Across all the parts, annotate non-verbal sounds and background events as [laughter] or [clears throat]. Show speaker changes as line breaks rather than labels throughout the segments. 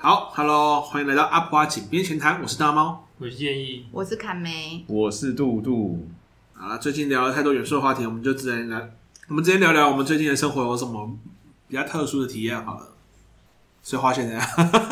好，Hello，欢迎来到阿普阿井边闲谈，我是大猫。
我是建议
我是侃梅，
我是杜杜，
好了，最近聊了太多元素的话题，我们就自然来，我们直接聊聊我们最近的生活有什么比较特殊的体验好了。所以花现在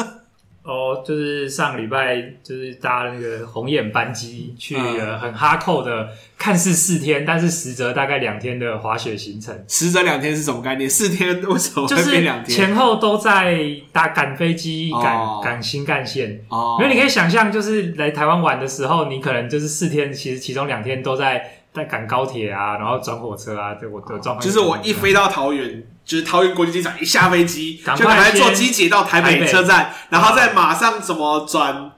[laughs]
哦，就是上礼拜就是搭那个红眼班机去
嗯
一个很哈扣的，看似四天，但是实则大概两天的滑雪行程，
实则两天是什么概念？四天为什么
就
会变
是
哦两天？
前后都在搭赶飞机、
哦
赶赶新干线。
哦，
因为你可以想象，就是来台湾玩的时候，你可能就是四天，其实其中两天都在在赶高铁啊，然后转火车啊，对我的状况
就是我一飞到桃园，就是桃园国际机场一下飞机，
赶
就
快
赶快坐
先
机捷到台
台
北
北
车站，然后再马上怎么转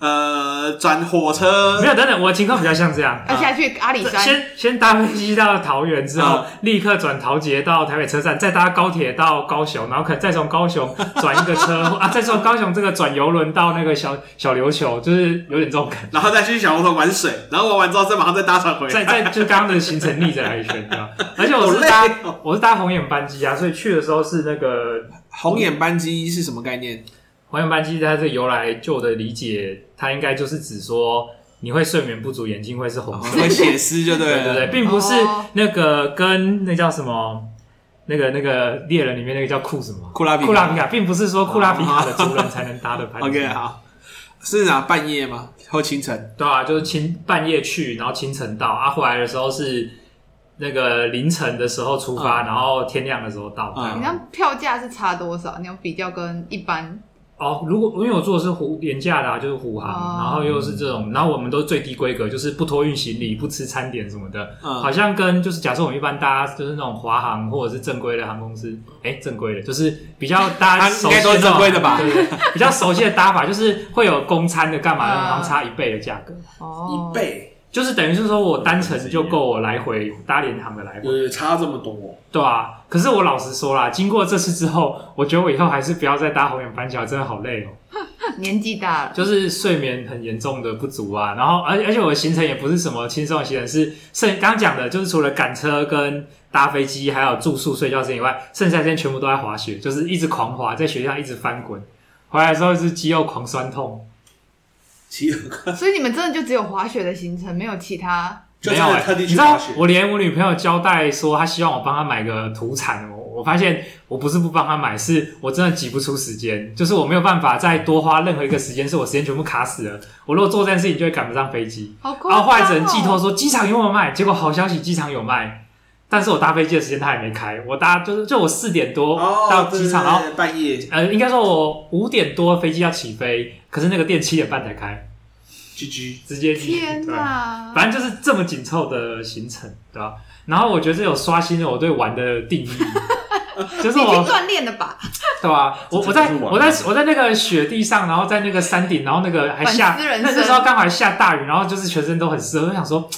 呃转火车
没，有等等，我的情况比较像这样，
要下啊去阿里山，
先先搭飞机到桃园之
嗯
后，立刻转桃捷到台北车站，再搭高铁到高雄，然后可再从高雄转一个车
[laughs]
啊，再从高雄这个转游轮到那个小小琉球，就是有点这种感
然后再去小红头玩水，然后玩完之后再马上再搭船回
觉。
来。
再再就刚刚的行程逆着来一圈，这样。
[laughs]
而且我
好
是
累
搭
哦
我是搭红眼班机啊，所以去的时候是那个
红眼班机是什么概念？
红眼班机，它这个由来就我的理解，它应该就是指说你会睡眠不足，眼睛会是红色的
会写诗就对
对哦
了。
[laughs] 对对，并不是
哦
那个跟那叫什么，那个那个猎人里面那个叫库什么
库拉比
库拉嗯皮卡，并不是说库拉皮卡的族人才能搭的盘
OK，好，是哪半夜吗？或清晨？
对啊，就是清半夜去，然后清晨到，啊，回来的时候是那个凌晨的时候出发，然后天亮的时候到。
嗯
你知道票价是差多少？你要比较跟一般
哦，如果因为我做的是湖廉价的、啊，就是湖航，
哦
然后又是这种，然后我们都是最低规格，就是不托运行李、不吃餐点什么的，好
嗯，
像跟就是假设我们一般搭就是那种华航或者是正规的航空公司，哎、正规的，就是比较
它
大家
应
熟
该
悉
都
的
是正规的吧
对对对比较熟悉的搭法就是会有公餐的干嘛，
啊
好像差一倍的价格，
哦，
倍，
就是等于是说我单程就够我来回搭联航的来回，
呃，差这么多。
对啊。可是我老实说啦，经过这次之后，我觉得我以后还是不要再搭红眼班桥，真的好累哦、
年纪大了，
就是睡眠很严重的不足啊，然后而而且我的行程也不是什么轻松的行程，是剩刚刚讲的，就是除了赶车跟搭飞机，还有住宿睡觉时间以外，剩下时间全部都在滑雪，就是一直狂滑，在雪上一直翻滚，回来之后是肌肉狂酸痛，
骑了个
所以你们真的就只有滑雪的行程，没有其他
就
没
是
有、欸、
特地
你
去
知
滑
道
雪，
我连我女朋友交代说，她希望我帮她买个土产，我我发现我不是不帮她买，是我真的挤不出时间，就是我没有办法再多花任何一个时间，是我时间全部卡死了，我如果做这件事情就会赶不上飞机。
好夸
然
张
后
哦
后来只能啊寄托说机场有没有卖，结果好消息机场有卖，但是我搭飞机的时间他还没开，我搭就是就我四点多
哦
到机场，
对
然后
对对半夜
呃应该说我五点多飞机要起飞，可是那个店七点半才开，
GG。
直接
天
哪！
哪，
反正就是这么紧凑的行程，对吧？然后我觉得这有刷新了我对玩的定义，就是
你去
我
锻炼了吧？
[laughs] 对吧？我我在
这就是玩
我在我在那个雪地上，然后在那个山顶，然后那个还下，
反思人
那
生
那时候刚好还下大雨，然后就是全身都很湿，我就想说，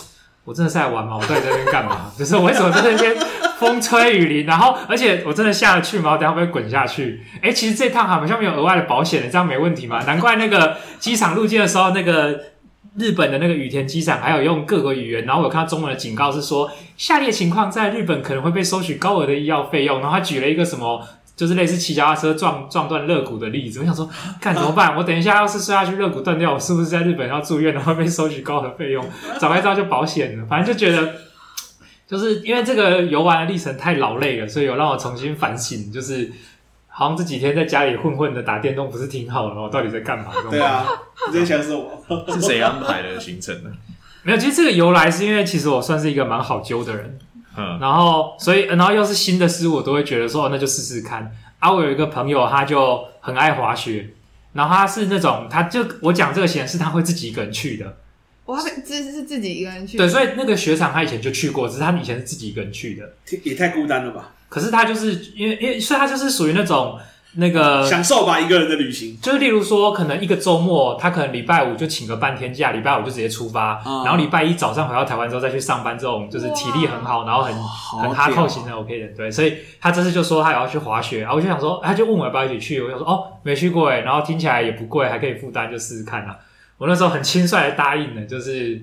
我真的是在玩吗？我到底在那边干嘛？ [laughs] 就是我为什么在那边风吹雨淋？然后而且我真的下得去吗？我等下会不会滚下去？哎、其实这趟好像没有额外的保险的，这样没问题嘛？难怪那个机场入境的时候那个。日本的那个羽田机场还有用各国语言，然后我有看到中文的警告是说，下列情况在日本可能会被收取高额的医药费用。然后他举了一个什么，就是类似骑脚踏车撞撞断肋骨的例子。我想说，看怎么办？我等一下要是摔下去肋骨断掉，我是不是在日本要住院，然后被收取高额费用？早该知道就保险了。反正就觉得，就是因为这个游玩的历程太劳累了，所以有让我重新反省，就是好像这几天在家里混混的打电动不是挺好的吗？我到底在干嘛？这种
对啊，你在想什
[laughs]
么？
是谁安排的行程 [laughs] 呢？
没有，其实这个由来是因为其实我算是一个蛮好揪的人，
嗯，
然后所以然后又是新的事物，我都会觉得说、哦那就试试看。啊，我有一个朋友，他就很爱滑雪，然后他是那种他就我讲这个险是他会自己一个人去的，
我还没这是自己一个人去，
对，所以那个雪场他以前就去过，只是他以前是自己一个人去的，
也太孤单了吧？
可是他就是因为因为所以他就是属于那种那个
享受吧，一个人的旅行。
就是例如说，可能一个周末，他可能礼拜五就请个半天假，礼拜五就直接出发，
嗯
然后礼拜一早上回到台湾之后再去上班，这种就是体力很好，然后很、
好
很哈
屌
扣型的 OK 的，对。所以他这次就说他也要去滑雪，然后我就想说，他就问我要不要一起去，我就说哦没去过哎，然后听起来也不贵，还可以负担，就试试看啦、啊我那时候很轻率的答应了，就是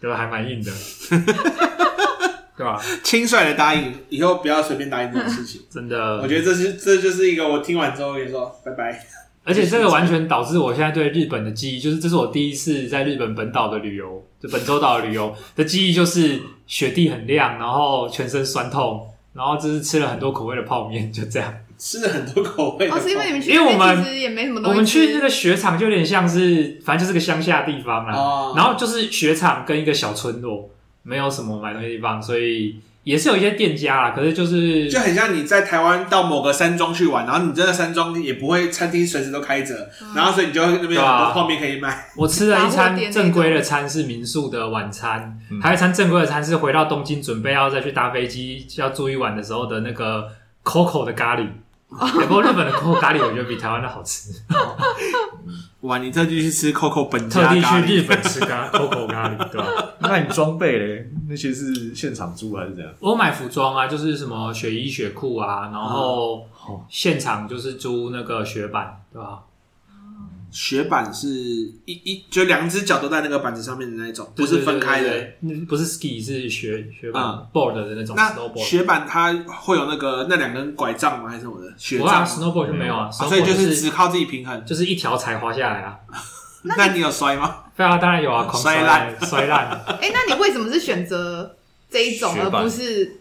就是还蛮硬的。 [laughs] 对吧？
轻率的答应，以后不要随便答应这种事情。
真的，
我觉得这是这就是一个我听完之后也说拜拜。
而且这个完全导致我现在对日本的记忆，就是这是我第一次在日本本岛的旅游，就本州岛的旅游的记忆，就是雪地很亮，然后全身酸痛，然后就是吃了很多口味的泡面，就这样。
吃了很多口味的
哦，是因为你们去
因为我
那边
们
其实也没什么东
我
西。
们去那个雪场就有点像是，反正就是个乡下地方啦，
哦
然后就是雪场跟一个小村落，没有什么买东西的地方，所以也是有一些店家啦，可是就是
就很像你在台湾到某个山庄去玩，然后你真的山庄也不会餐厅随时都开着，
嗯
然后所以你就那边有很
对
多
啊
泡面可以买。
我吃了一
杂货
餐
店那种
正规的餐是民宿的晚餐，
嗯
还有一餐正规的餐是回到东京准备要再去搭飞机要住一晚的时候的那个 Coco 的咖喱。
哦
不过日本的 Coco 咖喱我觉得比台湾的
[laughs]
好吃，
哇，你特地去吃 Coco 本
特
家
地
咖
去
喱，
日本吃咖 Coco 咖喱，对吧？
那你装备嘞？那些是现场租还是怎样？
我买服装啊，就是什么雪衣雪裤啊，然后
哦
现场就是租那个雪板，对吧？
雪板是一一就两只脚都在那个板子上面的那一种，不是分开
对
的。
对对对不是 ski 是雪雪板
嗯
board 的那种
那
snowboard。
雪板它会有那个那两根拐杖吗？还是什么的雪
我啊
杖？
snowboard 就没有啊，
啊所以
snowboard
就是
就是
只靠自己平衡。
就是一条才滑下来啊。
那你有摔吗？
对啊，当然有啊，狂
呃摔
烂 [laughs] 摔烂。
哎、那你为什么是选择这一种，
雪
而
板
不是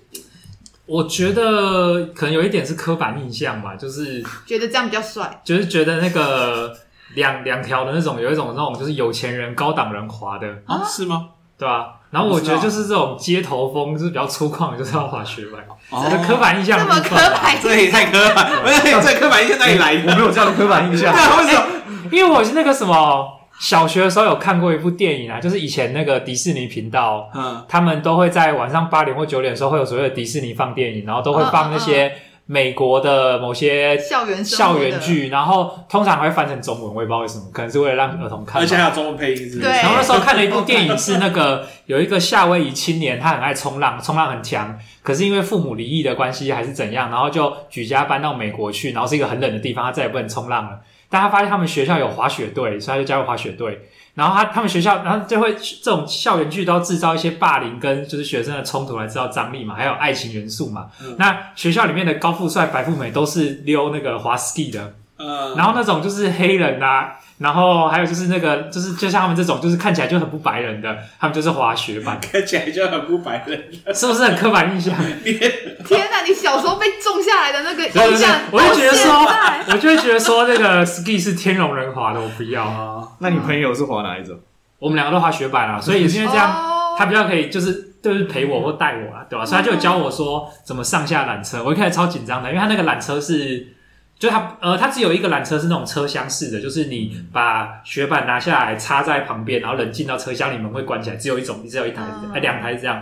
我觉得可能有一点是刻板印象吧，就是
觉得这样比较帅？
就是觉得那个两两条的那种，有一种那种就是有钱人、高档人滑的，
啊，是吗？
对吧、然后
我
我
不
觉
知道
得就是这种街头风，就是比较粗犷，就是要滑雪板。
哦
这刻板印象
这么
的部
刻
分啊
板，
这也太刻板，不是这刻板印象哪里来的？
我没有这样的刻板印 [laughs] 象。
那为什么？
因为我是那个什么小学的时候有看过一部电影啊，就是以前那个迪士尼频道，
嗯，
他们都会在晚上八点或九点的时候会有所谓的迪士尼放电影，然后都
哦
会放那些美国的某些
校园生活
校
的
园，剧，然后通常还会翻成中文，我也不知道为什么，可能是为了让儿童看吧。
而且还有中文配音，是不是？
对
然后那时候看了一部电影，是那个有一个夏威夷青年，他很爱冲浪，冲浪很强，可是因为父母离异的关系还是怎样，然后就举家搬到美国去，然后是一个很冷的地方，他再也不能冲浪了。但他发现他们学校有滑雪队，所以他就加入滑雪队。然后他他们学校，然后就会这种校园剧都要制造一些霸凌跟就是学生的冲突来制造张力嘛，还有爱情元素嘛。
嗯
那学校里面的高富帅、白富美都是溜那个滑 ski 的，
嗯，，
然后那种就是黑人啊，然后还有就是那个就是就像他们这种就是看起来就很不白人的，他们就是滑雪板
[laughs] 看起来就很不白人。
是不是很刻板印象？
天哪！你小时候被种下来的那个
对对
印
对
象，，
我就觉得
到
说
现在，
我就会觉得说这个 ski 是天龙人滑的，我不要。
啊，
那你朋友是滑哪一种？
我们两个都滑雪板啊，所以也是因为这样，
哦
他比较可以就是就是陪我或带我啊，对吧、所以他就有教我说怎么上下缆车。我一开始超紧张的，因为他那个缆车是，就他呃，他只有一个缆车是那种车厢式的，就是你把雪板拿下来插在旁边，然后人进到车厢里门会关起来，只有一种，只有一台
嗯
呃两、台这样。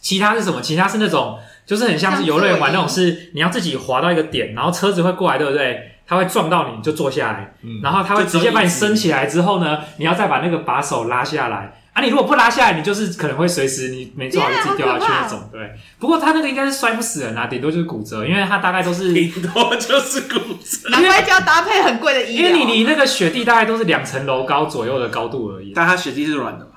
其他是什么？其他是那种就是很像是游乐园玩那种，是你要自己滑到一个点，然后车子会过来，对不对？它会撞到你，你就坐下来。
嗯
然后他会直接把你升起来之后呢，你要再把那个把手拉下来。啊，你如果不拉下来，你就是可能会随时你没做好就自己掉下去那种。对，不过他那个应该是摔不死人啊，顶多就是骨折，因为他大概都是。
顶多就是骨
[laughs]
折，
难怪就要搭配很贵的医
因
疗，。
为你离那个雪地大概都是两层楼高左右的高度而已。
但它雪地是软的嘛？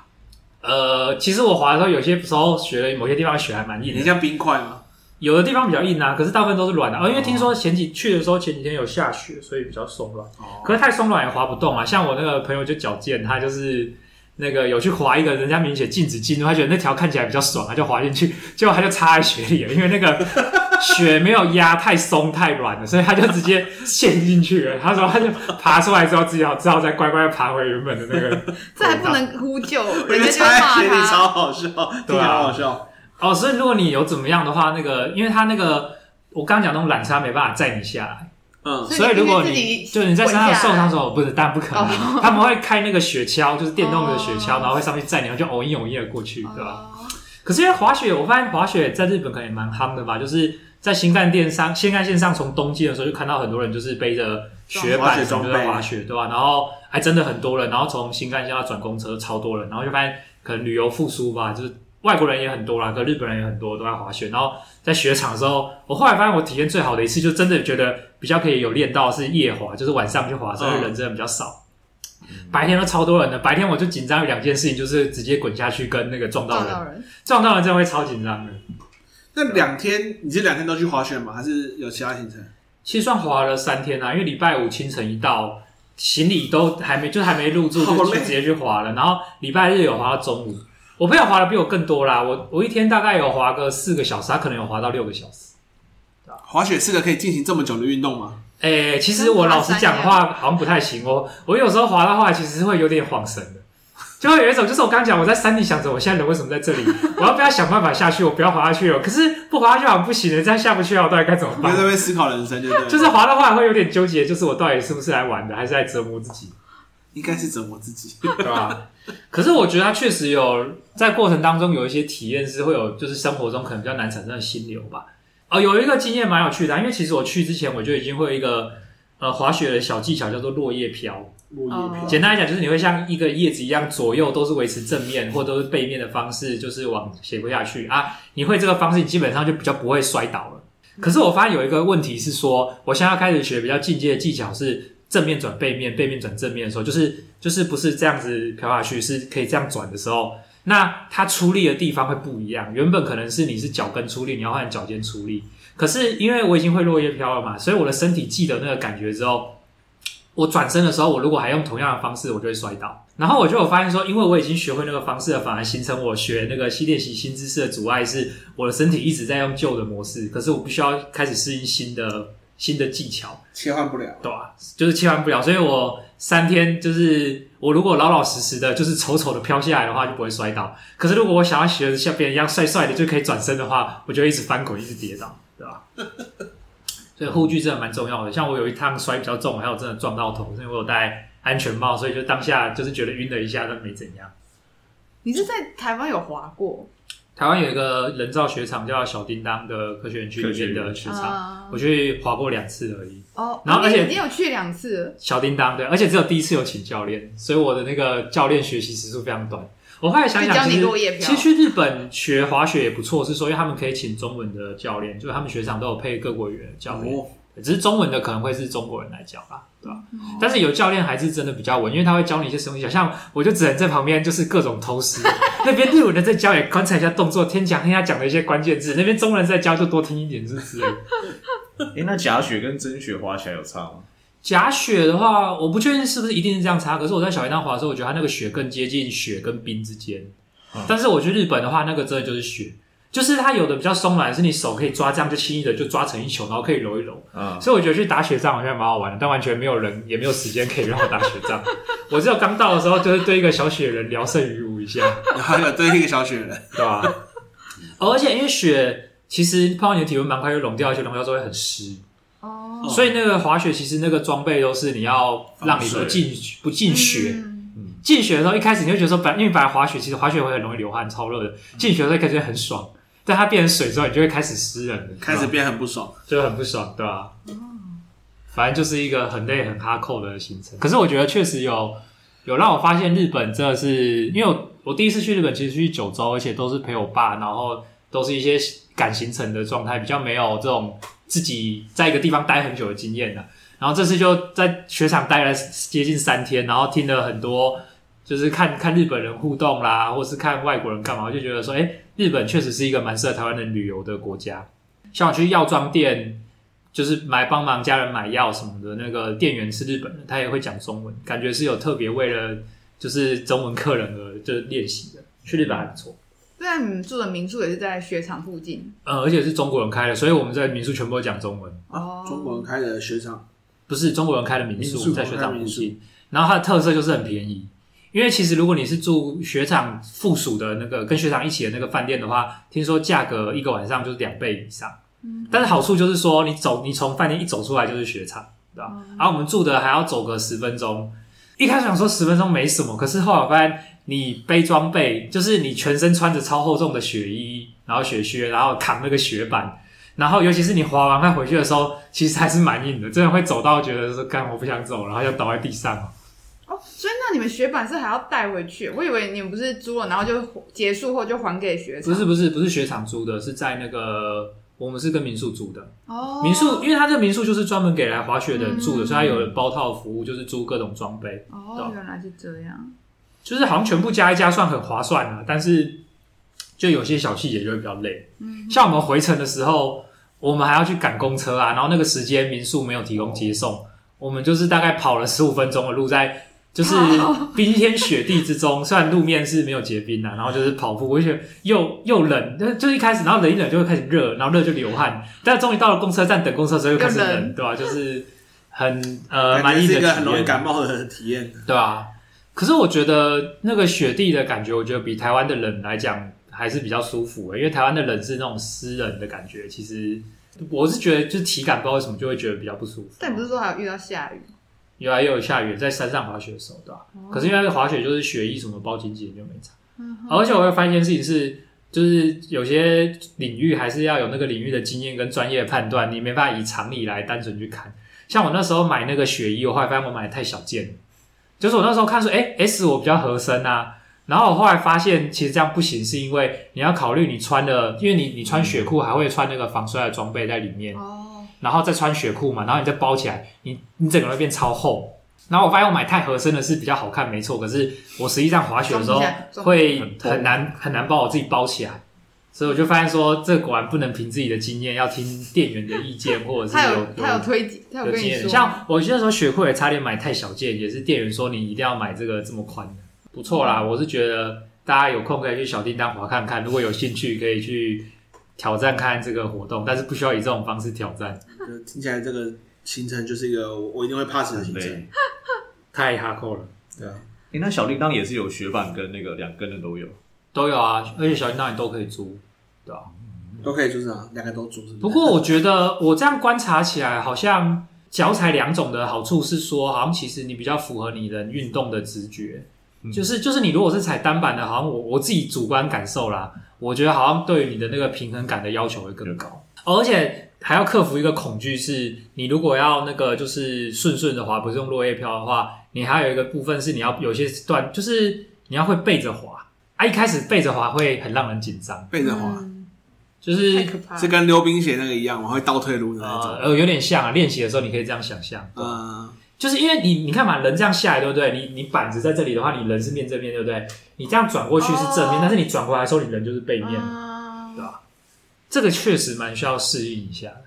呃，其实我滑的时候，有些时候雪的某些地方雪还蛮硬
你
的，
像冰块吗？
有的地方比较硬啊，可是大部分都是软的。哦，因为听说前几去的时候前几天有下雪，所以比较松软。
哦，
可是太松软也滑不动啊。像我那个朋友就矫健，他就是那个有去滑一个人家明显禁止进入，他觉得那条看起来比较爽，他就滑进去， [laughs] 结果他就插在雪里了，因为那个雪没有压太松太软了，所以他就直接陷进去了。他说他就爬出来之后，自己要只好再乖乖爬回原本的那个
这还不能呼
[laughs]
救，
我觉
人
得
家就
插
会
在
骂
雪里
他。哦
超好笑，听起
对
来
啊
好好笑。
[laughs] 哦，所以如果你有怎么样的话，那个因为他那个我刚刚讲那种缆车它没办法载你下来。
嗯，
所以如果
所以你
你
必须自己
就你在山上
滚下
受
来
伤的时候，不是，当然不可能，他们会开那个雪橇，就是电动的雪橇，
哦
然后会上去载你，然后就偶一偶一的过去，对吧？
哦
可是因为滑雪，我发现滑雪在日本可能也蛮夯的吧，就是在新干线上，新干线上从东京的时候就看到很多人就是呃背着雪
滑
板
雪
什
装备
么在滑雪，对吧？然后还真的很多人，然后从新干线要转公车超多人，然后就发现可能旅游复苏吧，就是外国人也很多啦，可日本人也很多都在滑雪，然后在雪场的时候，我后来发现我体验最好的一次，就真的觉得比较可以有练到是夜滑，就是晚上去滑，所以人真的比较少。白天都超多人的，白天我就紧张有两件事情，就是直接滚下去跟那个撞到
撞
人，
到人。
撞到人真的会超紧张的。
那两天，你这两天都去滑雪吗？还是有其他行程？
其实算滑了三天啊，因为礼拜五清晨一到，行李都还没，就还没入住，
好
就去
累
直接去滑了。然后礼拜日有滑到中午，我朋友滑的比我更多啦，我我一天大概有滑个四个小时，他可能有滑到六个小时。
滑雪是个可以进行这么久的运动吗？
诶、其实我老实讲的话，好像不太行哦。我有时候滑到后来，其实是会有点晃神的，就会有一种，就是我刚讲，我在山里想着，我现在人为什么在这里？我要不要想办法下去？我不要滑下去了。哦可是不滑下去好像不行了，这样下不去啊，我到底该怎么
你在
办？
那边思考人生，对不
[laughs]
对？
就是滑到后来会有点纠结，就是我到底是不是来玩的，还是来折磨自己，
应该是折磨自己。
对吧？可是我觉得它确实有在过程当中有一些体验是会有，就是生活中可能比较难产生的心流吧。哦，有一个经验蛮有趣的啊、因为其实我去之前我就已经会有一个呃滑雪的小技巧，叫做落叶飘。
落
叶飘
简单来讲，就是你会像一个叶子一样，左右都是维持正面或都是背面的方式，就是往斜坡下去啊。你会这个方式，你基本上就比较不会摔倒了。可是我发现有一个问题是说，我现在要开始学比较进阶的技巧是正面转背面，背面转正面的时候，就是就是不是这样子飘下去，是可以这样转的时候，那它出力的地方会不一样。原本可能是你是脚跟出力，你要换脚尖出力。可是因为我已经会落叶飘了嘛，所以我的身体记得那个感觉之后，我转身的时候，我如果还用同样的方式，我就会摔倒。然后我就有发现说，因为我已经学会那个方式了，反而形成我学那个新练习新知识的阻碍，是我的身体一直在用旧的模式，可是我必须要开始适应新的新的技巧。
切换不了。
对啊，就是切换不了，所以我三天就是我如果老老实实的，就是丑丑的飘下来的话，就不会摔倒。可是如果我想要学得像别人一样帅帅的就可以转身的话，我就会一直翻滚，一直跌倒，对吧？所以护具真的蛮重要的。啊 [laughs] 像我有一趟摔比较重，还有真的撞到头，因为我有戴安全帽，所以就当下就是觉得晕了一下，但没怎样。
你是在台湾有滑过？
台湾有一个人造雪场叫小叮当的科学园区里面的雪场，
啊
我去滑过两次而已。
哦，
然后
你
而且
你有去两次了，
小叮当，对，而且只有第一次有请教练，所以我的那个教练学习时数非常短。我后来想
就教
想，
你
其实
落叶飘
其实去日本学滑雪也不错，是说因为他们可以请中文的教练，就是他们雪场都有配各国语言的教练，
哦，
只是中文的可能会是中国人来教啦，对吧？
嗯
但是有教练还是真的比较稳，因为他会教你一些东西，像我就只能在旁边就是各种偷师，那边日文人在教也观察一下动作，听讲听他讲的一些关键字，那边中文人在教就多听一点是之类的。
哎，那假雪跟真雪滑起来有差吗？
假雪的话，我不确定是不是一定是这样擦，可是我在小叮当滑的时候，我觉得它那个雪更接近雪跟冰之间。
嗯
但是我去日本的话，那个真的就是雪，就是它有的比较松软，是你手可以抓，这样就轻易的就抓成一球，然后可以揉一揉。
啊，
所以我觉得去打雪仗好像蛮好玩的，但完全没有人也没有时间可以让我打雪仗。我只有刚到的时候，就是对一个小雪人聊胜于无一下。
还有对一个小雪人，
对吧、哦而且因为雪其实碰到你的体温蛮快就融掉，而且融掉之后会很湿，
嗯
哦，
所以那个滑雪其实那个装备都是你要让你不进不进雪。
嗯
进雪的时候一开始你就觉得说本，因为本来滑雪其实滑雪会很容易流汗，超热的。进雪的时候感觉很爽，但它变成水之后，你就会开始湿冷了，
开始
对吧
变很不爽。
就很不爽，对吧、反正就是一个很累很哈扣的行程。可是我觉得确实有有让我发现日本真的是，因为我我第一次去日本其实去九州，而且都是陪我爸，然后都是一些赶行程的状态，比较没有这种自己在一个地方待很久的经验的、啊然后这次就在雪场待了接近三天，然后听了很多。就是看看日本人互动啦，或是看外国人干嘛，我就觉得说，哎、日本确实是一个蛮适合台湾人旅游的国家。像我去药妆店，就是买帮忙家人买药什么的，那个店员是日本人，他也会讲中文，感觉是有特别为了就是中文客人而就是练习的。去日本还不错，
虽然你们住的民宿也是在雪场附近
呃，而且是中国人开的，所以我们在民宿全部都讲中文，
哦，
中国人开的雪场，
不是中国人开的民宿，
民宿
在雪
中国
场
人
附
民宿
近。然后它的特色就是很便宜，因为其实如果你是住雪场附属的那个跟雪场一起的那个饭店的话，听说价格一个晚上就是两倍以上。
嗯
但是好处就是说，你走，你从饭店一走出来就是雪场，对吧？然后我们住的还要走个十分钟。一开始想说十分钟没什么，可是后来我发现，你背装备就是你全身穿着超厚重的雪衣，然后雪靴，然后扛那个雪板，然后尤其是你滑完快回去的时候，其实还是蛮硬的，真的会走到觉得说，干我不想走，然后要倒在地上哦。
哦，所以那你们雪板是还要带回去？我以为你们不是租了，然后就结束后就还给雪场。
不是不是不是雪场租的，是在那个我们是跟民宿住的，
哦，
民宿，因为它这个民宿就是专门给来滑雪的人住的，
嗯
所以它有包套服务，就是租各种装备，
哦，原来是这样，
就是好像全部加一加算很划算啊。但是就有些小细节就会比较累，
嗯，
像我们回程的时候，我们还要去赶公车啊，然后那个时间民宿没有提供接送，我们就是大概跑了十五分钟的路在。就是
好
冰天雪地之中，虽然路面是没有结冰的、啊然后就是跑步，而且又又冷，就就一开始，然后冷一冷就会开始热，然后热就流汗，但终于到了公车站等公车的时候又开始
又
冷，
冷
对吧、就是很呃
感
蛮
觉
硬
是
的
一
体
个很容易
验，
感冒的体验。
对啊。可是我觉得那个雪地的感觉，我觉得比台湾的冷来讲还是比较舒服、欸的，因为台湾的冷是那种湿冷的感觉，其实我是觉得就是体感不知道为什么就会觉得比较不舒服。
但你不是说还有遇到下雨？
有啊，也有下雨，在山上滑雪的时候，对吧、可是因为那个滑雪就是雪衣什么包紧紧就没差。
嗯哼，
而且我会发现一件事情是，就是有些领域还是要有那个领域的经验跟专业的判断，你没办法以常理来单纯去看。像我那时候买那个雪衣，我后来发现我买的太小件了，就是我那时候看说，哎、s 我比较合身啊。然后我后来发现，其实这样不行，是因为你要考虑你穿的，因为你你穿雪裤还会穿那个防摔的装备在里面，
哦，
然后再穿雪裤嘛，然后你再包起来，你你整个人会变超厚。然后我发现我买太合身的是比较好看，没错。可是我实际上滑雪的时候
装不下装不下
会很难很难把我自己包起来，所以我就发现说，这果然不能凭自己的经验，要听店员的意见，或者
他
是
有他有推荐，他有
有
跟
经
你
验。
说，
像我那时候雪裤也差点买太小件，也是店员说你一定要买这个这么宽的，不错
嗯
啦。我是觉得大家有空可以去小叮当滑看看，如果有兴趣可以去挑战看这个活动，但是不需要以这种方式挑战。
就听起来这个行程就是一个我我一定会 pass 的
很
行程。
累。
太哈扣了，
对啊，
诶那小叮当也是有雪板跟那个两根的都有，
都有啊，而且小叮当你都可以租，对啊。
都可以就是啊，两个都住是是
不过我觉得我这样观察起来，好像脚踩两种的好处是说，好像其实你比较符合你人运动的直觉，
嗯
就是就是你如果是踩单板的，好像我我自己主观感受啦，我觉得好像对于你的那个平衡感的要求会更高，哦而且还要克服一个恐惧是，你如果要那个就是顺顺的滑，不是用落叶飘的话，你还有一个部分是你要有些段就是你要会背着滑啊，一开始背着滑会很让人紧张，
背着滑，
嗯
就是
太可怕了，
是跟溜冰鞋那个一样，我会倒退路的那
呃
种。
呃，有点像啊。练习的时候，你可以这样想象，
嗯，
就是因为你你看嘛，人这样下来，对不对？你你板子在这里的话，你人是面正面，对不对？你这样转过去是正面，
哦
但是你转过来的时候，你人就是背面。
嗯
对吧这个确实蛮需要适应一下的。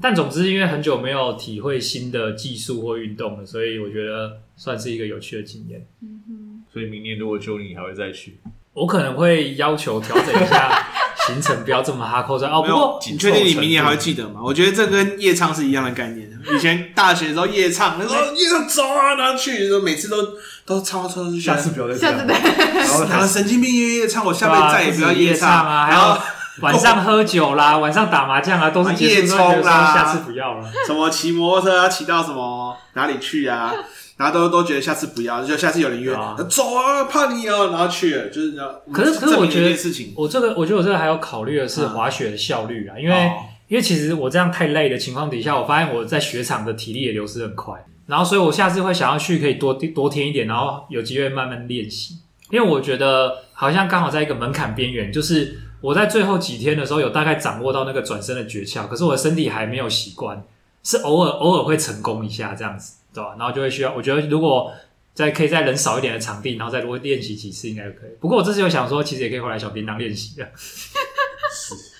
但总之，因为很久没有体会新的技术或运动了，所以我觉得算是一个有趣的经验。
嗯哼，
所以明年如果揪你，你还会再去？
我可能会要求调整一
[laughs]
下行程，不要这么哈扣在哦。
没
不过
有，你确定你明年还会记得吗？我觉得这跟夜唱是一样的概念。以前大学的时候夜唱，那时候夜唱走啊，然后去，然后每次都都唱到唱到
下次不要再这
下次
样。
再
然后
然后神经病夜夜唱，我下辈
对啊
子再也不要
不止夜
夜
唱
唱
啊还有
然后
晚上喝酒啦，晚上打麻将啊，都是结束之后
夜
觉
冲
得说
啦
下次不要了。
什么骑摩托车啊，骑到什么哪里去啊，然后都都觉得下次不要，就下次有人约、
啊
走啊，怕你哦，然后去了，就是要
可是可是
证
我
明一
觉得
件事情，嗯
我这个，我觉得我这个还要考虑的是滑雪的效率啊，因为、
哦
因为其实我这样太累的情况底下，我发现我在雪场的体力也流失很快，然后所以我下次会想要去可以多多添一点，然后有机会慢慢练习，因为我觉得好像刚好在一个门槛边缘，就是我在最后几天的时候有大概掌握到那个转身的诀窍，可是我的身体还没有习惯，是偶尔偶尔会成功一下这样子，对吧？然后就会需要，我觉得如果在可以在人少一点的场地，然后再多练习几次，应该就可以。不过我这次有想说，其实也可以回来小叮当练习的。啊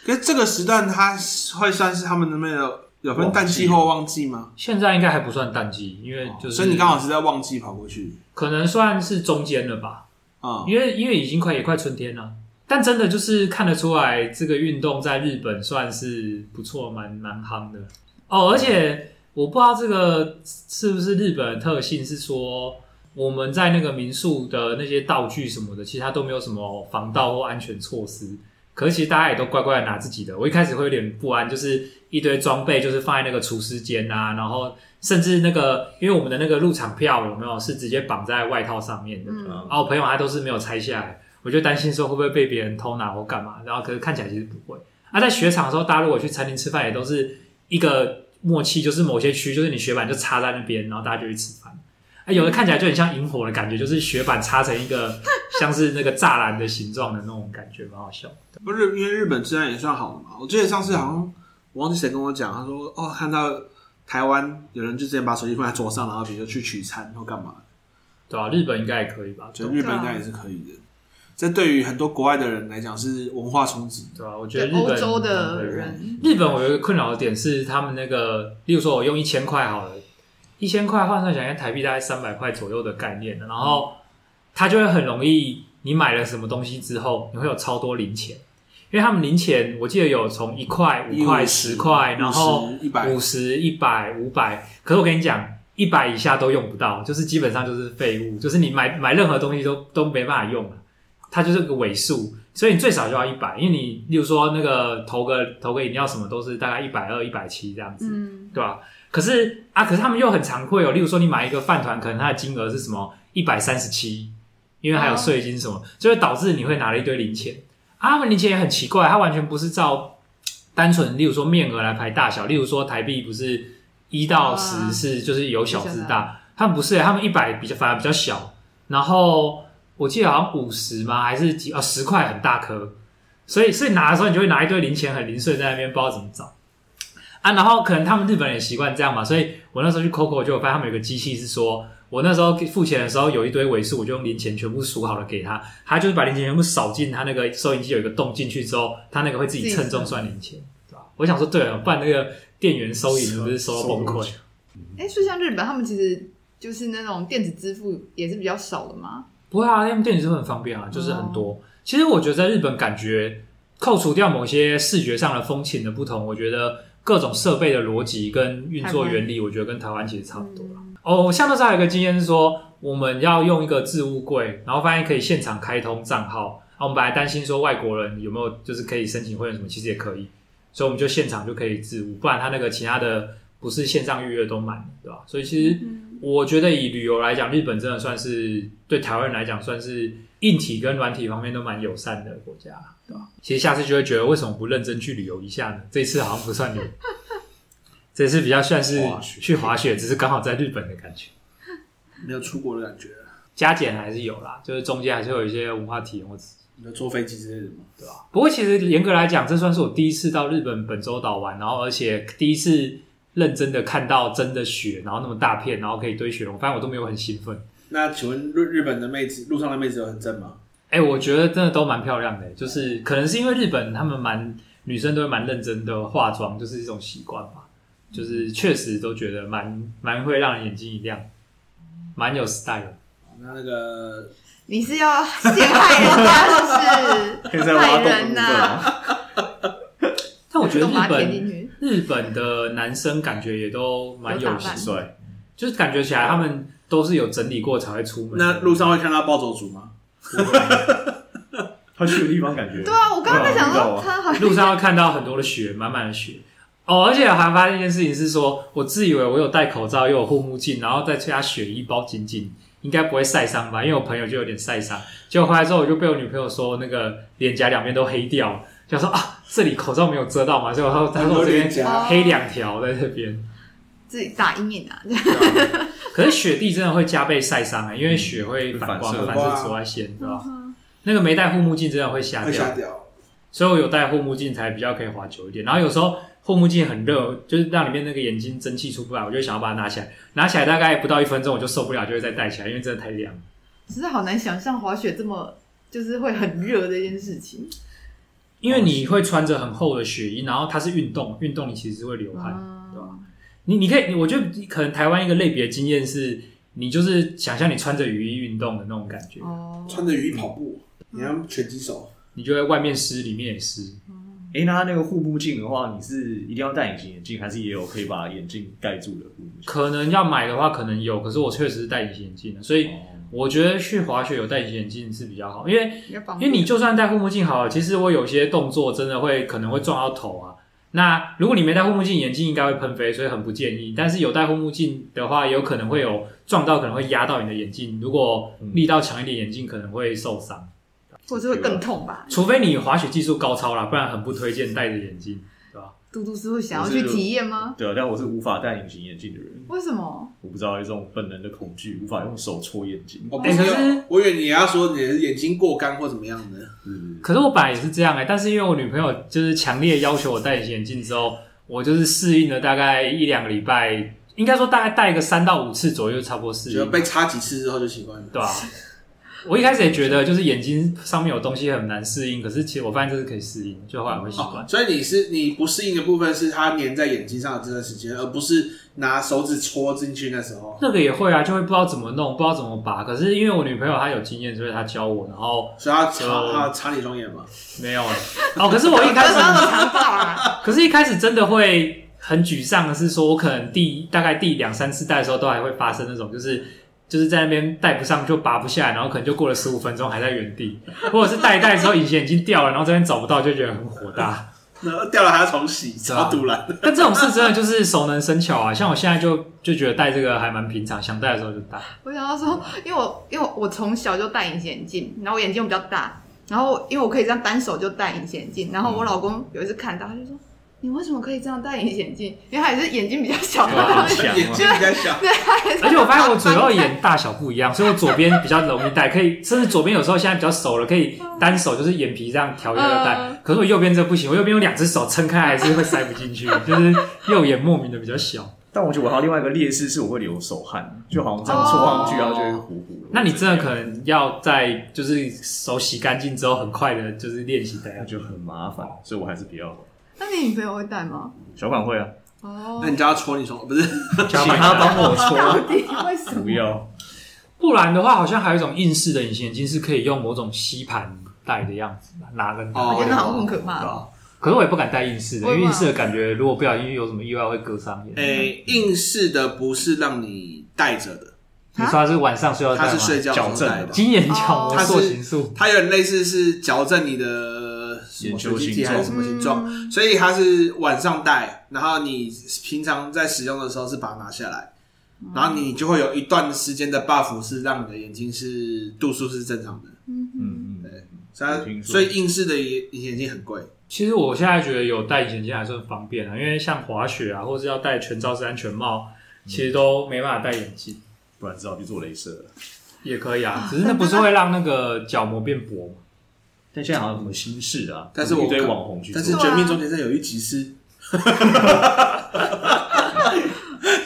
可是这个时段它会算是他们那边的有分淡季或旺季吗？
现在应该还不算淡季，因为就是、
哦所以你刚好是在旺季跑过去
可能算是中间了吧，
啊、嗯
因为因为已经快也快春天了。但真的就是看得出来，这个运动在日本算是不错，蛮蛮夯的哦。而且我不知道这个是不是日本的特性，是说我们在那个民宿的那些道具什么的，其实它都没有什么防盗或安全措施。可是其实大家也都乖乖的拿自己的。我一开始会有点不安，就是一堆装备就是放在那个厨师间啊，然后甚至那个因为我们的那个入场票有没有是直接绑在外套上面的，
嗯
哦
啊，我朋友他都是没有拆下来，我就担心说会不会被别人偷拿或干嘛，然后可是看起来其实不会。啊，在雪场的时候，大家如果去餐厅吃饭，也都是一个默契，就是某些区就是你雪板就插在那边，然后大家就去吃饭。哎、有的看起来就很像萤火的感觉，就是雪板插成一
[laughs]
个像是那个栅栏的形状的那种感觉，蛮好笑。
不是因为日本治安也算好的嘛，我记得上次好像
我忘记谁跟我讲，他说哦，看到台湾有人就之前把手机放在桌上，然后比如说去取餐或干嘛，
对啊，日本应该也可以吧？
觉得日本应该也是可以的。这对于很多国外的人来讲是文化冲击，
对啊，我觉得
对
日本
欧洲的
对
人，
日本我有一个困扰的点是，他们那个，例如说我用一千块好了，一千块换算起来台币大概三百块左右的概念，然后它就会很容易，你买了什么东西之后，你会有超多零钱，因为他们零钱我记得有从一块、五块、十块，然后
一百
五十、一百、五百，可是我跟你讲。一百以下都用不到，就是基本上就是废物，就是你买买任何东西都都没办法用了，它就是个尾数，所以你最少就要一百，因为你例如说那个投个投个饮料什么都是大概一百二、一百七这样子，
嗯，
对吧、可是啊，可是他们又很常会有，例如说你买一个饭团，可能它的金额是什么一百三十七，因为还有税金什么，就会导致你会拿了一堆零钱。啊，他们零钱也很奇怪，它完全不是照单纯，例如说面额来排大小，例如说台币不是一到
啊
十是就是由哦小至
小
大，他们不是、欸他们一百比较反而比较小，然后我记得好像五十吗？还是几？哦，十块很大颗，所以所以拿的时候你就会拿一堆零钱很零碎在那边，不知道怎么找啊。然后可能他们日本人也习惯这样嘛，所以我那时候去 COCO 就有发现他们有个机器是说，我那时候给付钱的时候有一堆尾数，我就用零钱全部数好了给他，他就是把零钱全部扫进他那个收银机有一个洞进去之后，他那个会自己称重算零钱，对吧？我想说对了，啊不然那个店员收银不是收到崩溃？
哎，所以像日本，他们其实就是那种电子支付也是比较少的嘛。
不会啊，他们电子支付很方便啊，就是很多。其实我觉得在日本，感觉扣除掉某些视觉上的风情的不同，我觉得各种设备的逻辑跟运作原理，我觉得跟台湾其实差不多啦。哦，像那时候还有一个经验是说，我们要用一个置物柜，然后发现可以现场开通账号。啊，我们本来担心说外国人有没有就是可以申请会员什么，其实也可以，所以我们就现场就可以置物，不然他那个其他的不是线上预约都满了，对吧？所以其实
嗯，
我觉得以旅游来讲，日本真的算是对台湾人来讲，算是硬体跟软体方面都蛮友善的国家，对吧？其实下次就会觉得为什么不认真去旅游一下呢？这次好像不算旅游，这次比较算是
滑雪
去滑雪，只是刚好在日本的感觉。
没有出国的感觉，
加减还是有啦，就是中间还是会有一些文化体验或者
你就坐飞机之类的嘛。
不过其实严格来讲，这算是我第一次到日本本州岛玩，然后而且第一次认真的看到真的雪，然后那么大片，然后可以堆雪人，我发现我都没有很兴奋。
那请问日日本的妹子，路上的妹子有很正吗？
哎、我觉得真的都蛮漂亮的，就是可能是因为日本他们蛮女生都会蛮认真的化妆，就是一种习惯吧，就是确实都觉得蛮蛮会让人眼睛一亮，蛮有 style 的。
那那个
你是要陷害人家，是不
可以
是？
再挖
害
洞的部
人
分
呐、
啊。
但我觉得
都把
日
它填进
本
去。
日本的男生感觉也都蛮有
有打
型
扮，
帅，
就是感觉起来他们都是有整理过才会出门。
那路上会看到暴走族吗？
他去的地方感觉
对啊，我刚刚在想
对啊我
说
知
他好像
路上会看到很多的雪，满满的雪。哦，而且我还发现一件事情是说，我自以为我有戴口罩，又有护目镜，然后再加雪衣包紧紧，应该不会晒伤吧？因为我朋友就有点晒伤，结果回来之后我就被我女朋友说那个脸颊两边都黑掉了，就说啊这里口罩没有遮到嘛，所以我说她说我这边
家
哦
黑两条在这边。
自己打阴影啊，这样
可是雪地真的会加倍晒伤啊，因为雪会反光，
会
反
反
射
射紫外线，对吧？那个没戴护目镜真的会瞎
会
掉
吓。掉。
所以我有戴护目镜才比较可以滑久一点。然后有时候护目镜很热，就是让里面那个眼睛蒸汽出不来，我就想要把它拿起来。拿起来大概不到一分钟，我就受不了，就会再戴起来，因为真的太亮了。
只是好难想象滑雪这么就是会很热这件事情。
因为你会穿着很厚的雪衣，然后它是运动，运动你其实是会流汗。对啊吧
嗯，
你你可以，我觉得可能台湾一个类别的经验是，你就是想象你穿着雨衣运动的那种感觉，
哦，
穿着雨衣跑步，你像拳击手，
你就会外面湿，里面也湿。
哎，那他那个护目镜的话，你是一定要戴隐形眼镜，还是也有可以把眼镜盖住的护目镜？
可能要买的话，可能有，可是我确实是戴隐形眼镜的，所以我觉得去滑雪有戴隐形眼镜是比较好，因为
比较方
因为
便
你就算戴护目镜好了，其实我有些动作真的会可能会撞到头啊。那如果你没戴护目镜，眼镜应该会喷飞，所以很不建议。但是有戴护目镜的话，也有可能会有撞到，可能会压到你的眼镜。如果力道强一点，眼镜可能会受伤。
或者会更痛吧。
除非你滑雪技术高超啦，不然很不推荐戴着眼镜。
嘟嘟是会想要去体验吗？
对啊，但我是无法戴隐形眼镜的人，
为什么？
我不知道有一种本能的恐惧，无法用手戳眼睛。
哦我不
哎可是
我以为你要说你的眼睛过干或怎么样的，
是
欸可是我本来也是这样哎、但是因为我女朋友就是强烈要求我戴隐形眼镜之后，我就是适应了大概一两个礼拜，应该说大概戴个三到五次左右，差不多适
觉得
应，
被插几次之后就习惯了。
对吧、我一开始也觉得就是眼睛上面有东西很难适应，可是其实我发现这是可以适应，就后来会习惯。
哦，所以你是你不适应的部分是它粘在眼睛上的这段时间，而不是拿手指戳进去那时候。
那个也会啊，就会不知道怎么弄，不知道怎么拔。可是因为我女朋友她有经验，所以她教我，然后
所以它插
哦
它插你双眼嘛？
没有哎、哦，可是我一开始
刚刚有长发 [laughs] 啊，
可是，一开始真的会很沮丧的是，说我可能第大概第两三次戴的时候，都还会发生那种，就是就是在那边戴不上就拔不下来，然后可能就过了十五分钟还在原地，或者是戴一戴之后隐形眼镜掉了，然后这边找不到，就觉得很火大。
那掉了还要重洗，
对啊
超堵了。
但这种事真的就是熟能生巧啊，像我现在就就觉得戴这个还蛮平常，想戴的时候就戴。
我想要说，因为我因为我从小就戴隐形眼镜，然后我眼睛比较大，然后因为我可以这样单手就戴隐形眼镜，然后我老公有一次看到他就说：“你为什么可以这样戴隐形眼镜？”因为他也是眼睛比较小，
对啊
然后
强啊
眼睛比较小，
[laughs]
而且我发现我左右眼大小不一样，所以我左边比较容易戴，可以甚至左边有时候现在比较熟了，可以单手就是眼皮这样调一下就戴
嗯。
可是我右边这不行，我右边有两只手撑开还是会塞不进去，就是右眼莫名的比较小。
但我觉得我还有另外一个劣势是我会流手汗，就好像这样搓上去，然后就会糊糊的。
那你真的可能要在就是手洗干净之后，很快的就是练习
[laughs]
戴
那。就很麻烦，所以我还是比较
那你女朋友会戴吗？
小管会啊，
哦
那，你叫它戳你双，不是？
加
请
满
他
它
帮我搓，
为什么
不？要。
不然的话，好像还有一种硬式的隐形眼镜是可以用某种吸盘戴的样子，拿跟
哦
我觉得那好像很可怕
对啊
哦。
可是我也不敢戴硬式的，
我
因
也
为
不
硬
敢
式的感觉如果不小心有什么意外会割伤眼。
哎
诶，哎硬式的不是让你戴着的，
你说它是晚上睡觉戴
它
吗？
是睡觉的时候戴
矫正的
的。
金眼角膜
它是
塑形术，
它有点类似是矫正你的什么
眼
神
球
经体
形
还是什么形
嗯
状，所以它是晚上戴，然后你平常在使用的时候是把它拿下来，然后你就会有一段时间的 buff 是让你的眼睛是度数是正常的，
嗯嗯，
所
我
以
听
它
说
所以硬式的眼眼镜很贵，
其实我现在觉得有戴隐形眼镜还算方便啊，因为像滑雪啊，或是要戴全罩式安全帽，其实都没办法戴眼镜，
不然只好去做镭射了。
也可以啊。只是那不是会让那个角膜变薄吗？
但现在好像有什么新式啊，
但是我
一堆网红去做，
但是《
对啊
绝命终结者》有一集是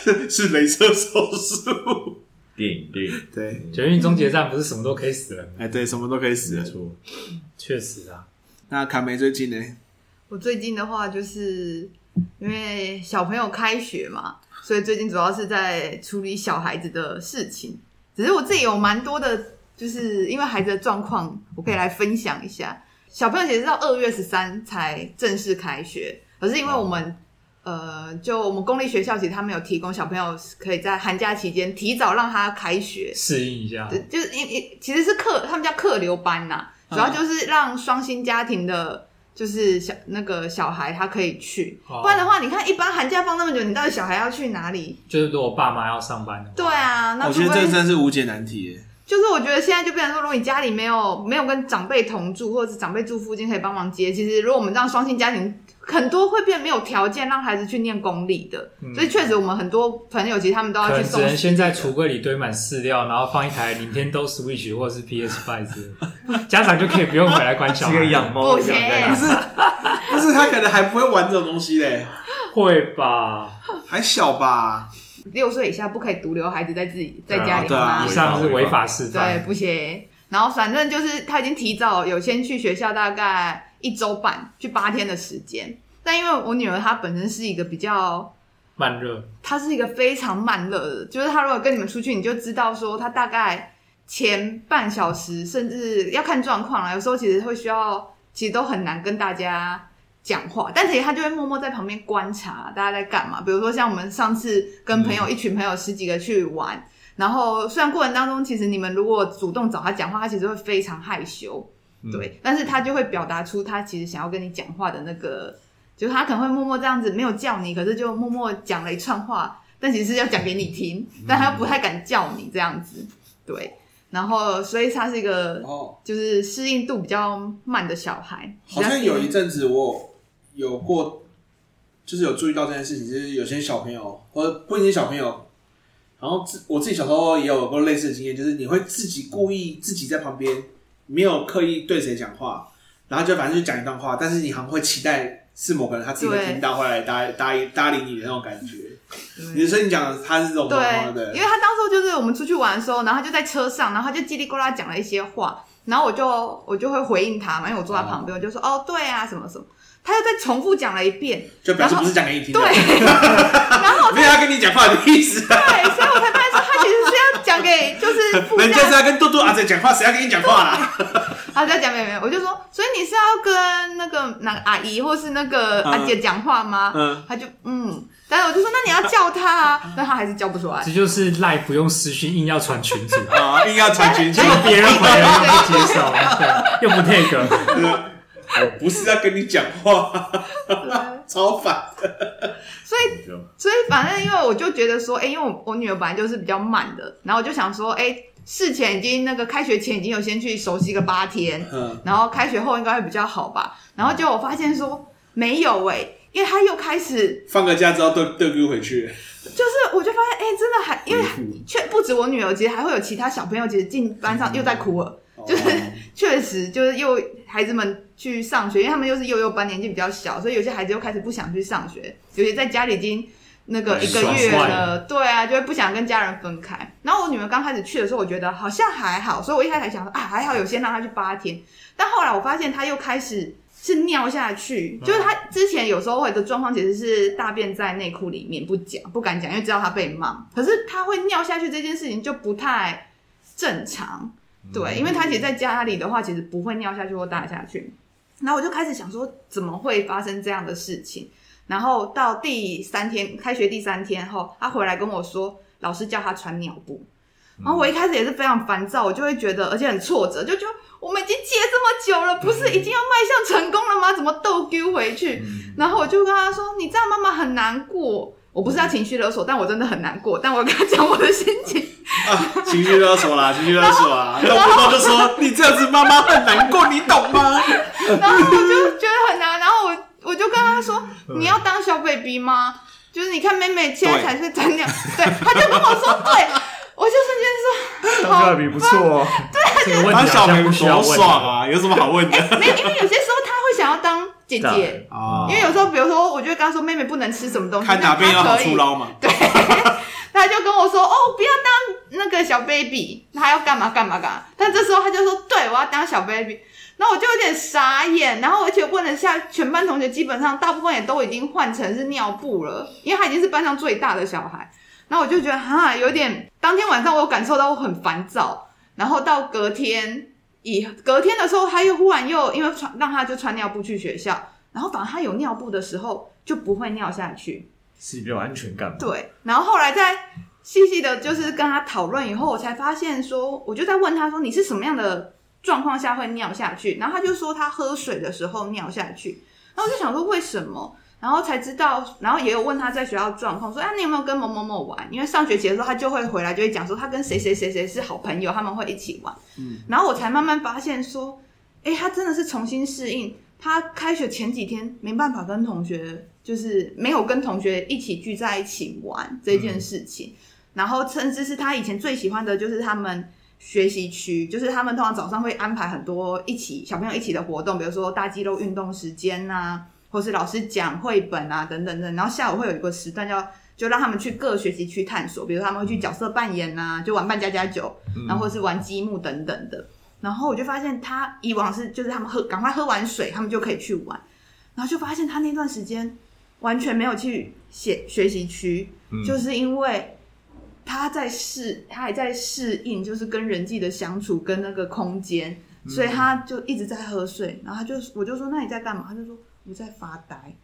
是 [laughs] 是镭射手术，
电影电影
对，
捷运终结站不是什么都可以死人吗？
哎对，什么都可以死
没
了。
错，
确实啊，
那卡梅最近呢？
我最近的话，就是因为小朋友开学嘛，所以最近主要是在处理小孩子的事情。只是我自己有蛮多的，就是因为孩子的状况，我可以来分享一下。小朋友其实到二月十三才正式开学，可是因为我们、呃，就我们公立学校其实他们有提供小朋友可以在寒假期间提早让他开学，
适应一下
对，就是因因其实是客，他们叫客流班呐、主
嗯
要就是让双薪家庭的，就是小那个小孩他可以去，
哦
不然的话，你看一般寒假放那么久，你到底小孩要去哪里？
就是如果爸妈要上班的话，
对啊，那
我觉得哦
除
这
非
真的是无解难题耶。
就是我觉得现在就变成说，如果你家里没有没有跟长辈同住，或者是长辈住附近可以帮忙接，其实如果我们这样双薪家庭，很多会变没有条件让孩子去念公立的，
嗯
所以确实我们很多朋友其实他们都要
可
去
能只
送
能先在橱柜里堆满饲料，然后放一台 Nintendo Switch 或者是 PS Five 之 [laughs] 类的，家长就可以不用回来管小
这个
孩，
养猫
不
一
行
样在养
但是他可能还不会玩这种东西嘞，
会吧？
还小吧？
[laughs] 六岁以下不可以独留孩子在自己在家里
对啊
吗
以？上是违法示
对，
范，
不行。然后反正就是他已经提早有先去学校大概一周半，去八天的时间。但因为我女儿她本身是一个比较，
慢热。
她是一个非常慢热的，就是她如果跟你们出去，你就知道说她大概前半小时甚至要看状况啦，有时候其实会需要，其实都很难跟大家讲话，但是她就会默默在旁边观察大家在干嘛。比如说像我们上次跟朋友、一群朋友十几个去玩，然后虽然过程当中，其实你们如果主动找他讲话，他其实会非常害羞，对，但是他就会表达出他其实想要跟你讲话的那个，就是他可能会默默这样子没有叫你，可是就默默讲了一串话，但其实是要讲给你听，但他又不太敢叫你这样子，对，然后所以他是一个
哦，
就是适应度比较慢的小孩，
好像有一阵子我有过，就是有注意到这件事情，就是有些小朋友，或者不一定是小朋友，然后自我自己小时候也有过类似的经验，就是你会自己故意自己在旁边，没有刻意对谁讲话，然后就反正就讲一段话，但是你好像会期待是某个人他自己会听到，会来搭搭搭理你的那种感觉。
对
你说你讲的他是这种状况，
对，因
对
为他当时就是我们出去玩的时候，然后他就在车上，然后他就叽里呱啦讲了一些话，然后我就我就会回应他嘛，因为我坐在旁边，我就说哦对啊什么什么，他又再重复讲了一遍，
就表示不是讲给你听的
对，， [laughs] 然后
没有要跟你讲话的意思啊。
对，所以我才发现说他其实是要讲给就是部
人家
下
是要跟杜杜阿仔讲话，谁要跟你讲话
[laughs]
啦？
啊，在讲妹妹，我就说，所以你是要跟那个哪个阿姨或是那个阿姐讲话吗？
嗯，
他就嗯，但是我就说，那你要叫他啊，但他还是叫不出来。
这就是赖不用私讯，硬要传群主，
啊，硬要传群主
结，
哎
果别人回来又不接受，对，又不 take，
[laughs] 我不是要跟你讲话，
对
[laughs] 超烦。
所以反正因为我就觉得说，哎、因为我我女儿本来就是比较慢的，然后我就想说，哎、事前已经那个开学前已经有先去熟悉个八天，
嗯，
然后开学后应该会比较好吧。然后结果我发现说没有哎、因为他又开始，
放个假之后都都给我回去。
就是我就发现，哎、真的还因为却不止我女儿，其实还会有其他小朋友，其实进班上又在哭了，
哦
就是确实就是又孩子们去上学，因为他们又是幼幼班，年纪比较小，所以有些孩子又开始不想去上学，有些在家里已经那个一个月
爽坏
了，对啊，就会不想跟家人分开。然后我女儿刚开始去的时候，我觉得好像还好，所以我一开始想说啊，还好有先让她去八天，但后来我发现她又开始。是尿下去，就是她之前有时候会的状况，其实是大便在内裤里面不讲，不敢讲，因为知道她被骂。可是她会尿下去这件事情就不太正常，对，因为他其实在家里的话，其实不会尿下去或打下去。然后我就开始想说，怎么会发生这样的事情？然后到第三天，开学第三天后，他回来跟我说，老师叫他穿尿布。然后我一开始也是非常烦躁，我就会觉得，而且很挫折，就觉得我们已经戒这么久了，不是已经要迈向成功了吗？怎么都丢回去？然后我就跟他说，你这样妈妈很难过。我不是要情绪勒索，但我真的很难过。但我跟他讲我的心情，
啊，情绪勒索
[laughs]
啦，情绪勒索啊啦，动不动就说你这样子，妈妈很难过，你懂吗？
然后我就觉得很难，然后我我就跟他说：“
嗯
你要当小 baby 吗？就是你看妹妹现在才是才那样。”对，他就跟我说：“对。”我就瞬间说：“好
小比不错哦，
这个问
当
题
小
好
朋
像
友
不需要
多
问。
爽啊，有什么好问的
没有，因为有些时候他会想要当姐
当
姐
然，
啊
因为有时候比如说，我就会跟他说妹妹不能吃什么东西，
看哪边有
但
好
她可
处
以。
捞嘛。
对，他就跟我说：“哦，不要当那个小 baby，他要干嘛干嘛干嘛。”但这时候他就说：“对，我要当小 baby。”然后我就有点傻眼，然后而且问了下全班同学，基本上大部分也都已经换成是尿布了，因为他已经是班上最大的小孩。然后我就觉得哈，有点当天晚上我有感受到我很烦躁，然后到隔天以隔天的时候，他又忽然又因为穿让他就穿尿布去学校，然后反而他有尿布的时候就不会尿下去，
是比较有安全感嘛。
对，然后后来再细细的，就是跟他讨论以后，我才发现说，我就在问他说，你是什么样的状况下会尿下去？然后他就说他喝水的时候尿下去，然后我就想说为什么？然后才知道，然后也有问他在学校的状况，说啊，你有没有跟某某某玩？因为上学期的时候，他就会回来就会讲说，他跟谁谁谁谁是好朋友，他们会一起玩。
嗯，
然后我才慢慢发现说，哎，他真的是重新适应。他开学前几天没办法跟同学，就是没有跟同学一起聚在一起玩这件事情。然后甚至是他以前最喜欢的就是他们学习区，就是他们通常早上会安排很多一起小朋友一起的活动，比如说大肌肉运动时间呐、啊或是老师讲绘本啊等等等。然后下午会有一个时段叫就让他们去各学习区探索，比如他们会去角色扮演呐、就玩扮家家酒，然后或是玩积木等等的。然后我就发现他以往是就是他们喝赶快喝完水，他们就可以去玩，然后就发现他那段时间完全没有去写学习区，就是因为他在适他还在适应，就是跟人际的相处跟那个空间，所以他就一直在喝水，然后他就我就说那你在干嘛？他就说我在发呆。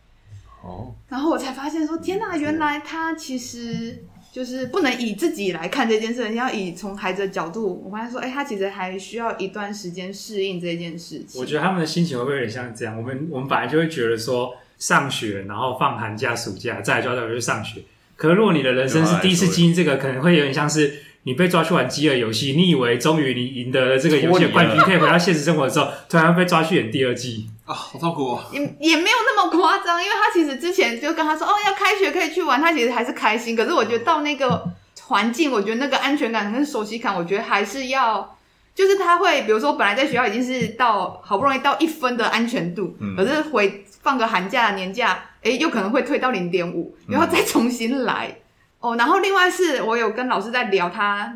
哦，
然后我才发现说，天呐，原来他其实就是不能以自己来看这件事情，要以从孩子的角度，我发现说，哎、他其实还需要一段时间适应这件事情。
我觉得他们的心情会不会有点像这样？我们我们本来就会觉得说，上学，然后放寒假、暑假，再来就要带回去上学。可是如果你的人生是第一次经历这个，可能会有点像是你被抓去玩饥饿游戏，你以为终于你赢得了这个游戏的冠军，可以回到现实生活的时候，突然被抓去演第二季。
啊，好痛苦哦。
也也没有那么夸张，因为他其实之前就跟他说，哦，要开学可以去玩，他其实还是开心。可是我觉得到那个环境，我觉得那个安全感跟熟悉感，我觉得还是要就是他会，比如说本来在学校已经是到好不容易到一分的安全度，
嗯
可是回放个寒假年假，哎、有可能会退到零点五，然后再重新来。哦，然后另外是我有跟老师在聊他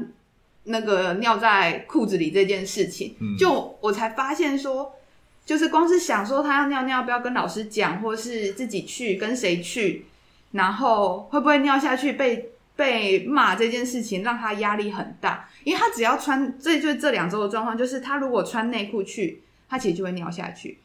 那个尿在裤子里这件事情，
嗯
就我才发现说，就是光是想说他要尿尿，不要跟老师讲，或是自己去跟谁去，然后会不会尿下去被被骂这件事情，让他压力很大。因为他只要穿，这就是这两周的状况，就是他如果穿内裤去，他其实就会尿下去；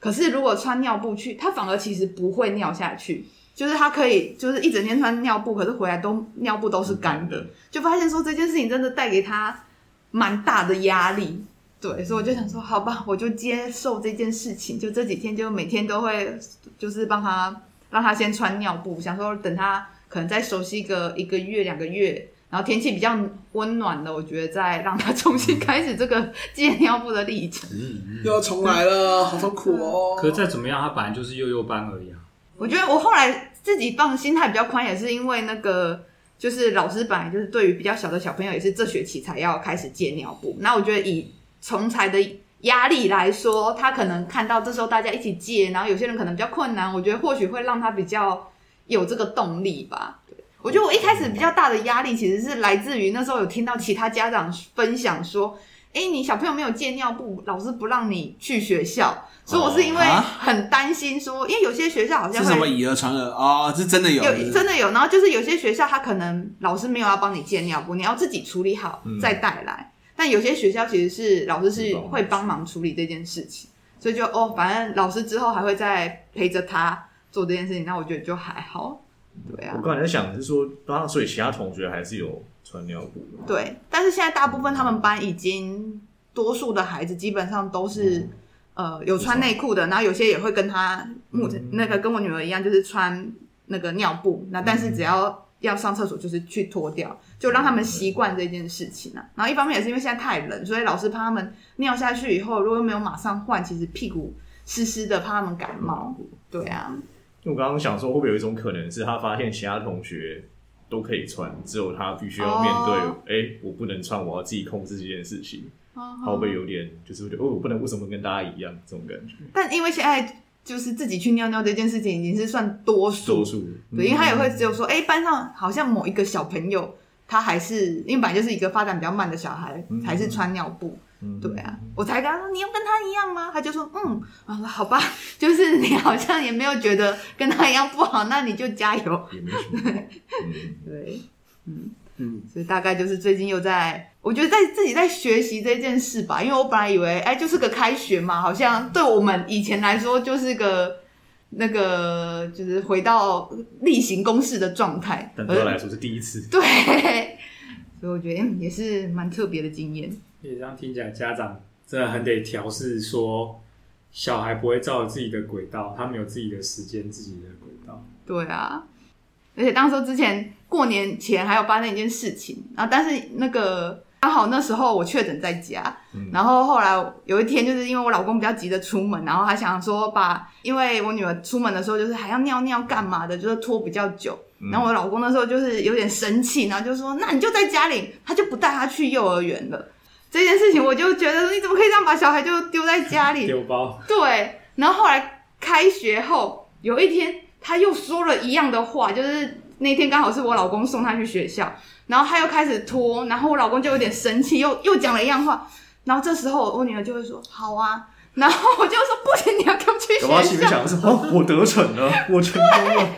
可是如果穿尿布去，他反而其实不会尿下去。就是他可以，就是一整天穿尿布，可是回来都尿布都是干的，就发现说这件事情真的带给他蛮大的压力。对，所以我就想说，好吧，我就接受这件事情，就这几天就每天都会，就是帮他让他先穿尿布，想说等他可能再熟悉个一个月两个月，然后天气比较温暖了，我觉得再让他重新开始这个戒尿布的历程。
又要重来了，好痛苦哦。
可是再怎么样，他本来就是幼幼班而已啊。
我觉得我后来自己放心态比较宽，也是因为那个就是老师本来就是对于比较小的小朋友，也是这学期才要开始戒尿布。那我觉得以从才的压力来说，他可能看到这时候大家一起戒，然后有些人可能比较困难，我觉得或许会让他比较有这个动力吧。对我觉得我一开始比较大的压力其实是来自于那时候有听到其他家长分享说，哎，你小朋友没有戒尿布，老师不让你去学校，所以我是因为
啊
很担心说，因为有些学校好像
是
会
什么以讹传讹啊？这真的有，是不
有
是
真的有，然后就是有些学校他可能老师没有要帮你借尿布，你要自己处理好、
嗯
再带来。但有些学校其实是老师是会帮忙处理这件事情，所以就哦，反正老师之后还会再陪着他做这件事情，那我觉得就还好。对啊
我，刚才在想是说，当然，所以其他同学还是有穿尿布的。
对。但是现在大部分他们班已经多数的孩子基本上都是、呃有穿内裤的，然后有些也会跟他目、那个跟我女儿一样，就是穿那个尿布，那但是只要要上厕所就是去脱掉，就让他们习惯这件事情啊。然后一方面也是因为现在太冷，所以老师怕他们尿下去以后，如果没有马上换，其实屁股湿湿的，怕他们感冒。对啊，
因为我刚刚想说，会不会有一种可能是他发现其他同学都可以穿，只有他必须要面对，哎、
哦
我不能穿，我要自己控制这件事情，他会
好
不会有点就是会觉得，哦，我不能为什么跟大家一样这种感觉？
但因为现在就是自己去尿尿这件事情已经是算多数
多数
[laughs] 对，因为他也
嗯
会只有说，哎、班上好像某一个小朋友，他还是因为本来就是一个发展比较慢的小孩，
嗯
还是穿尿布。
嗯
对啊，我才跟他说你要跟他一样吗？他就说嗯，我说好吧， [laughs] 就是你好像也没有觉得跟他一样不好，那你就加油。
也没什么，
[laughs]
嗯，
对，
嗯，
所以大概就是最近又在，我觉得在自己在学习这件事吧，因为我本来以为哎就是个开学嘛，好像对我们以前来说就是个那个就是回到例行公事的状态，
但对他来说是第一
[laughs]
次，
对，所以我觉得、嗯、也是蛮特别的经验。
也这样听起来，家长真的很得调试，说小孩不会照着自己的轨道，他们有自己的时间、自己的轨道。
对啊，而且当时候之前过年前还有发生一件事情，然后但是那个刚好那时候我确诊在家，
嗯
然后后来有一天就是因为我老公比较急着出门，然后他想说把，因为我女儿出门的时候就是还要尿尿干嘛的，就是拖比较久。然后我老公那时候就是有点生气，然后就说：“那你就在家里，他就不带他去幼儿园了。”这件事情我就觉得你怎么可以这样把小孩就丢在家里？
丢包，
对，然后后来开学后有一天，他又说了一样的话，就是那天刚好是我老公送他去学校，然后他又开始拖，然后我老公就有点生气，又又讲了一样话，然后这时候我女儿就会说：“好啊。”然后我就说：“不行，你要给我去
搞不好
学
心里
校。
想的是，哦，我得逞了，我成功了，”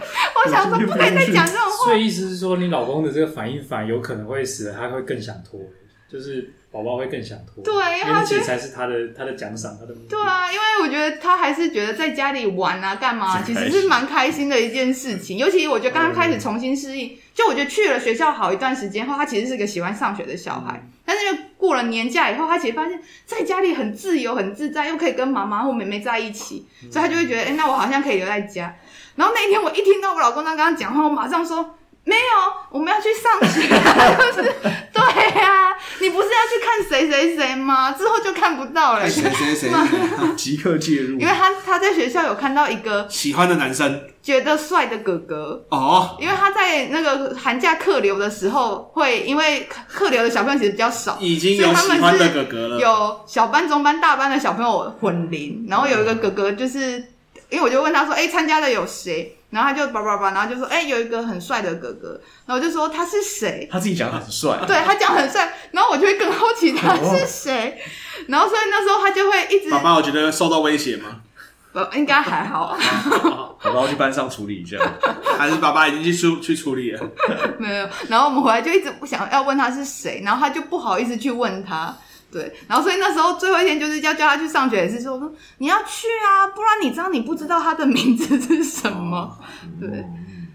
我想说不可以再讲这种话。
所以意思是说，你老公的这个反应反而有可能会使得他会更想拖，就是宝宝会更想拖。
对因为
因
他
为
觉
这
得
才是他的他的奖赏，他的目
对
的。
啊，因为我觉得他还是觉得在家里玩啊，干嘛，其
是开
实
心
是蛮开心的一件事情。尤其我觉得刚刚开始重新适应，就我觉得去了学校好一段时间后，他其实是个喜欢上学的小孩。但是因为过了年假以后，他其实发现在家里很自由、很自在，又可以跟妈妈或妹妹在一起，所以他就会觉得，哎、那我好像可以留在家。然后那一天我一听到我老公他刚刚讲话，我马上说。没有，我们要去上学、 [laughs] 啊，就是对呀、你不是要去看谁谁谁吗？之后就看不到了
看，谁谁谁
[laughs]
谁
即刻介入
因为他他在学校有看到一个
喜欢的男生
觉得帅的哥哥，
哦，
因为他在那个寒假客流的时候会，因为客流的小朋友其实比较少，
已经有喜欢的哥哥了，
有小班、中班、大班的小朋友混龄，然后有一个哥哥，就是因为我就问他说：“哎、参加的有谁？”然后他就叭叭叭，然后就说：“哎、有一个很帅的哥哥。”然后我就说：“他是谁？”
他自己讲得很帅，
对他讲很帅，然后我就会更好奇他
哦
是谁，然后所以那时候他就会一直，
爸爸，我觉得受到威胁吗？
不应该还好，
我要去班上处理一下。
[laughs]
还是爸爸已经去处去处理了？
没有。然后我们回来就一直不想要问他是谁，然后他就不好意思去问他。对，然后所以那时候最后一天就是要叫他去上学，也是说说你要去啊，不然你这样你不知道他的名字是什么，对，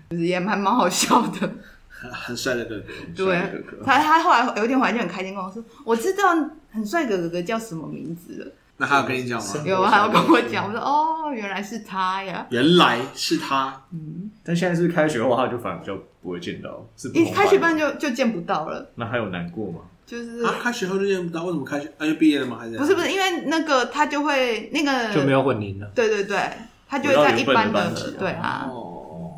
就是也蛮蛮好笑的。
很帅的哥哥，
对啊
帅的哥，哥
他他后来有一天回来就很开心跟我说，我知道很帅哥哥哥叫什么名字了。
那他有跟你讲吗？
有啊，还要跟我讲，我说哦，原来是他呀。
原来是他，
但现在是不是开学后，他就反而比较不会见到，是不
一
同
开学班
的
就就见不到了，
那他有难过吗？
就是、
啊，开学后就见不到，为什么开学？啊，就毕业了吗？还是
不是不是，因为那个他就会那个
就没有混龄了。
对对对，他就会在一般
回到原本的班级啊
对啊。
哦，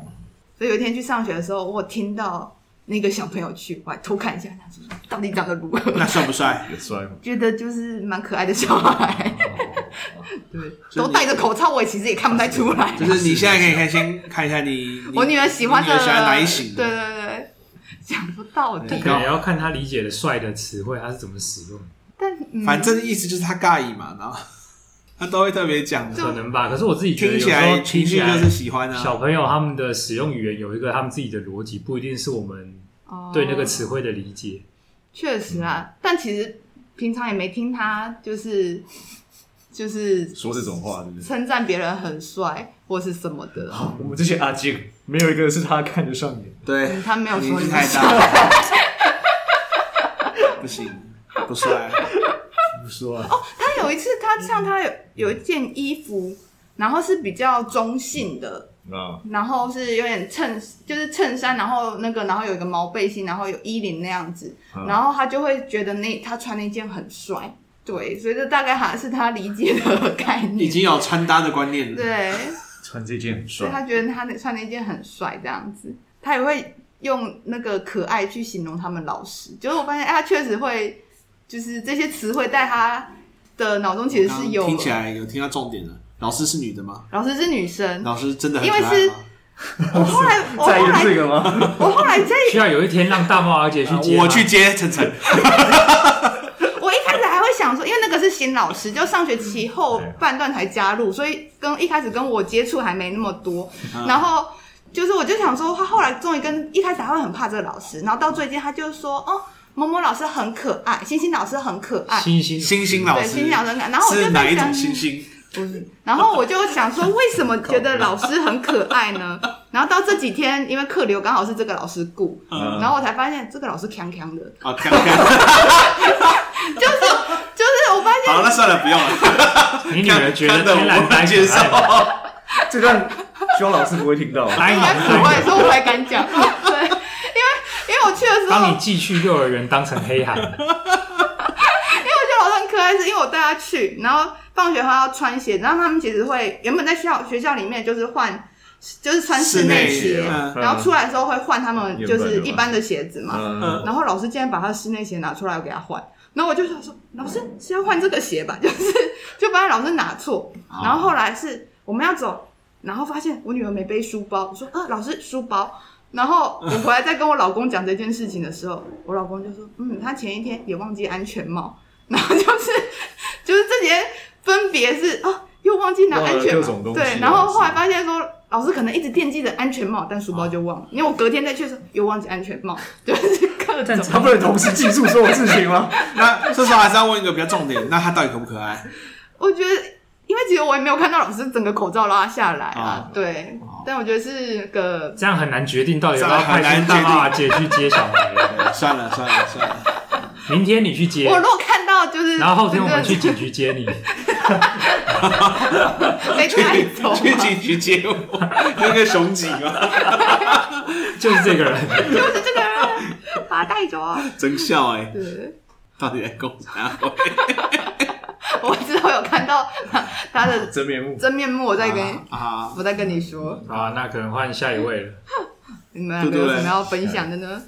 所以有一天去上学的时候，我听到那个小朋友去，我还偷看一下他说到底长得如何，
[laughs] 那帅不帅？
有摔吗？
觉得就是蛮可爱的
[laughs]
小孩，对，
所以
都
你
戴着口罩，我也其实也看不太出来。
就是你现在可以看先看一下你，你
[laughs] 我女儿喜欢
你
的
女儿喜欢哪一型
对
的？
对对，想不到
但
底，
可能也要看他理解的帅的词汇，他是怎么使用，
但、嗯、
反正意思就是他尬意嘛，然后他都会特别讲，
可能吧。可是我自己觉得
听起
有时
来
候
情
听
绪
起
就
来
是喜欢啊。
小朋友他们的使用语言有一个他们自己的逻辑，不一定是我们
哦
对那个词汇的理解。
确实啊，但其实平常也没听他就是就是
说这种话，是不是？
称赞别人很帅或是什么的，
我们这些阿姐没有一个是他看得上眼。
对，
嗯他没有
年
说
纪
你
太大了，
[laughs]
不行，不帅。
不说啊，
他有一次他像他有有一件衣服，然后是比较中性的，
啊，
然后是有点衬，就是衬衫，然后那个，然后有一个毛背心，然后有衣领那样子，
嗯
然后他就会觉得那他穿那件很帅，对，所以这大概还是他理解的概
已
念，
经有穿搭的观念了。
对，
穿这件很
所以
帅，
他觉得他那穿那件很帅这样子，他也会用那个可爱去形容他们老师，就是我发现哎，他确实会，就是这些词汇在他的脑中其实是有
刚，听起来有听到重点了。老师是女的吗？
老师是女生，
老师真的很
因
可爱
为
啊
是
吗？
我后
[laughs]
来我
在意
后来
这个吗？
[laughs] 我后来在
需要有一天让大猫小姐去接、
我去，接晨 [laughs] 晨，
我一开始还会想说，因为那个是新老师，就上学期后半段才加入，所以跟一开始跟我接触还没那么多。
嗯
然后就是我就想说，他后来终于跟一开始还会很怕这个老师，然后到最近他就说，哦，某某老师很可爱，星星老师很可爱，
星星
啊星星老
对，
师
星星老师很可爱。然后我
是
就
哪
在
一种
想，
星星？
不是，然后我就想说，为什么觉得老师很可爱
[laughs]
呢？然后到这几天，因为客流刚好是这个老师顾，
嗯
然后我才发现这个老师强强的，
啊，看 [laughs] 看，
就是就是我发现
好，那算了，不用了。
你女儿觉得
看得我
天然呆
不接受，
这段希望老师不会 [laughs] 听到。
呆
应
萌
该
呆
不
萌
会，所以我才敢讲。对，因为因为我去的时候，
当你
因
寄去幼儿园当成黑孩，
为我觉得老师很可爱，是因为我带他去，然后放学后要穿鞋，然后他们其实会原本在校学校里面就是换，就是穿室
室内
内鞋
鞋嗯，
然后出来的时候会换他们就
原本的
是
嘛
一般的鞋子嘛。
嗯，
然后老师竟然把他的室内鞋拿出来给他换，然后我就想说，老师是要换这个鞋吧？ [laughs] 就是就把老师拿错，
哦
然后后来是我们要走，然后发现我女儿没背书包，我说啊，老师书包。然后我回来再跟我老公讲这件事情的时候，我老公就说，嗯，他前一天也忘记安全帽， [laughs] 然后就是就是这些分别是啊，又忘记拿
忘了
安全
各
帽，
种东西啊
对，然后后来发现说。老师可能一直惦记着安全帽，但书包就忘了。因为我隔天再去的时候又忘记安全帽，就是各种。
[laughs] 他不能同时记住所有事情吗？
那这时候还是要问一个比较重点，那他到底可不可爱？
我觉得，因为其实我也没有看到老师整个口罩拉下来啊，
啊
对。但我觉得是个
这样很难决定到底要不要
这样很
派
难
出大猫小姐去接小孩了。
对算了算了算 [laughs] 了，
明天你去接
我，如果看到就是，
然后后天我们去警局接你。
[laughs] 被带走嘛，啊
去警局接我，那个熊警吗？
就是这个人，
就是这个人，把他带走啊！ [laughs]
真笑哎、 [laughs]
对对对。
到底在攻啥？
我之后有看到他他的
[laughs] 真面目。
真面目，我再跟、
啊，
我再跟你说，
好啊，那可能换下一位了。
你们两个
对
有
对对
什么要分享的呢？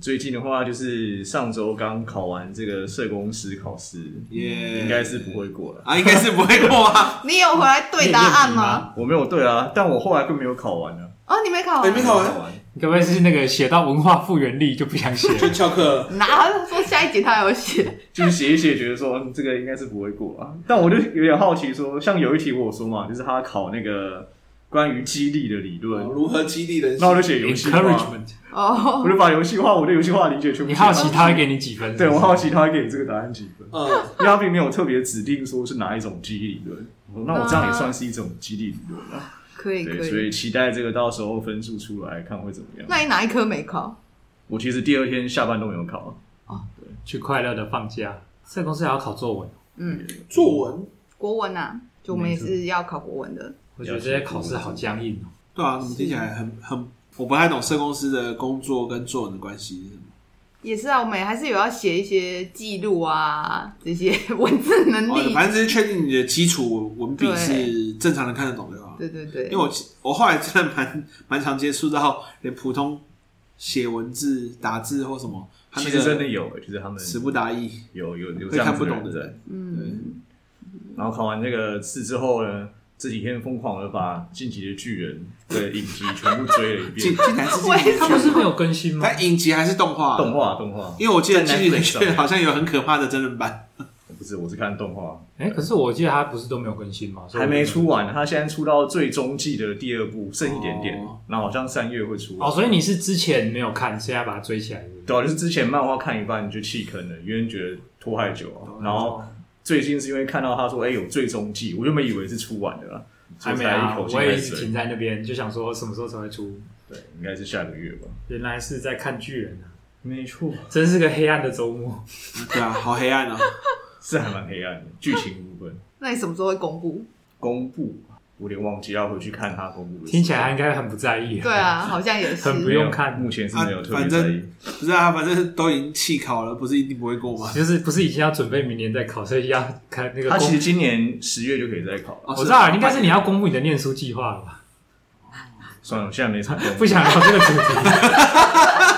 最近的话，就是上周刚考完这个社工师考试，
耶，
应该是不会过了。
啊，应该是不会过啊。
你有回来对答案吗？
我没有对啊，但我后来更没有考完呢。
哦，你没考
哎，没
完，
考
考
完
完，
你该不会是那个写到文化复原力就不想写
[laughs]
就
了？
翘课了，
哪说下一集他有写？
就是写一写，觉得说嗯这个应该是不会过啊。但我就有点好奇说像有一题我有说嘛，就是他考那个关于激励的理论，
哦
如何激励人
那我就
心？
写游戏化，
encouragement。
哦
我，就把游戏化我对游戏化的理解全部
你
写
好
完。
奇他会给你几分？
对我
好
好奇他会给你这个答案几分，
嗯，
因为他并没有特别指定说是哪一种激励理论。我说那我这样也算是一种激励理论啊。
可以
对，
可
所
以。
以期待这个到时候分数出来看会怎么
那
样。
你哪一科没考？
我其实第二天下班都没有考，
去快乐的放假。这公司还要考作文，
嗯，
作文
国文啊，就我们也是要考国文的。
我觉得这些考试好僵硬哦。
对啊，怎么听起来很很，我不太懂社公司的工作跟作文的关系是什么。
也是啊，我们也还是有要写一些记录啊，这些 [laughs] 文字能
哦
力。
反正只是确定你的基础文笔
对
是正常人看得懂的话。
对对对，
因为我我后来真的蛮 [laughs] 蛮常接触到，连普通写文字、打字或什么，他
其
那
实真的
个
有，欸就是他们
词不达意，
有有有这
会
样
看
子
不
的
懂
人
的
在
人。
嗯，
然后考完这个试之后呢，这几天疯狂的把《进击的巨人》的影集全部追了一
竟
遍，
竟然
[laughs]
是
为什
他不是没有更新吗？
但影集还是动画，啊
动画动画，
因为我记得《
在
进击的
Netflix
巨
上
人》
面
好像有很可怕的真人版，
不是，我是看动画，
哎，可是我记得他不是都没有更新吗？所以
还
我
没出完，它现在出到最终季的第二部，剩一点点
哦，
那好像三月会出。
哦，所以你是之前没有看，现在把它追起来。对不对
对啊，就是之前漫画看一半你就弃坑了，因为觉得拖太久啊。
哦
然后最近是因为看到他说，哎，有最终季，我原本以为是出完的啦，所
还
以
没
才一
啊，
口气
我也一
开
直
始
停
追。
在那边，就想说什么时候才会出。
对，应该是下个月吧。
原来是在看巨人啊，
没错，
真是个黑暗的周
[laughs]
末。
对啊，好黑暗哦。
是还蛮黑暗的，剧情部分。
那你什么时候会公布？
公布，我有点忘记要回去看他公布的。
听起来他应该很不在意。
对，啊，好像也是。
很不
没有
用看
目前是没有特
啊反
别在
正
意。
不是啊，反正都已经弃考了，不是一定不会过
[laughs]
吗？
就是不是已经要准备明年再考，所以要看那个
他
公
其实今年十月就可以再考了。
哦
我知道了，
是啊
应该是你要公布你的念书计划了吧？
算了，我现在没什么动力
不。想聊这个主题，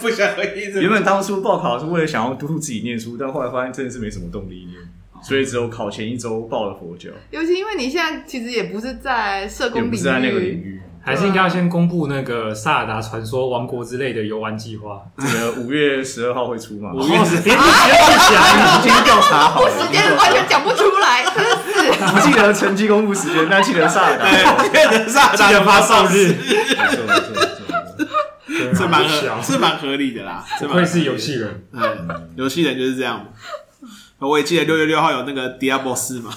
不想一直
原本当初报考是为了想要督促自己念书，但后来发现真的是没什么动力念，所以只有考前一周报了佛教，
尤其因为你现在其实也不是在社
也
工
不
领
是在那个领
域，
域。
还是应该要先公布那个《萨尔达传说：王国》之类的游玩计
[laughs]
划。哦
这个五月十二号会出嘛？
五
[laughs]
月十
别别讲，
已经调查好了，
时间完全讲不出来， [laughs] 真的是。
不记得成绩公布时间，但记得萨达。
萨
记得发送日，
没错没错没错没错。
[laughs] 这蛮
[laughs]
合，
啊
小，
这蛮合理的啦。这
不
蛮合
愧
理
是游戏人。
嗯，游戏人就是这样嘛。我也记得六月六号有那个 Diablo 四嘛，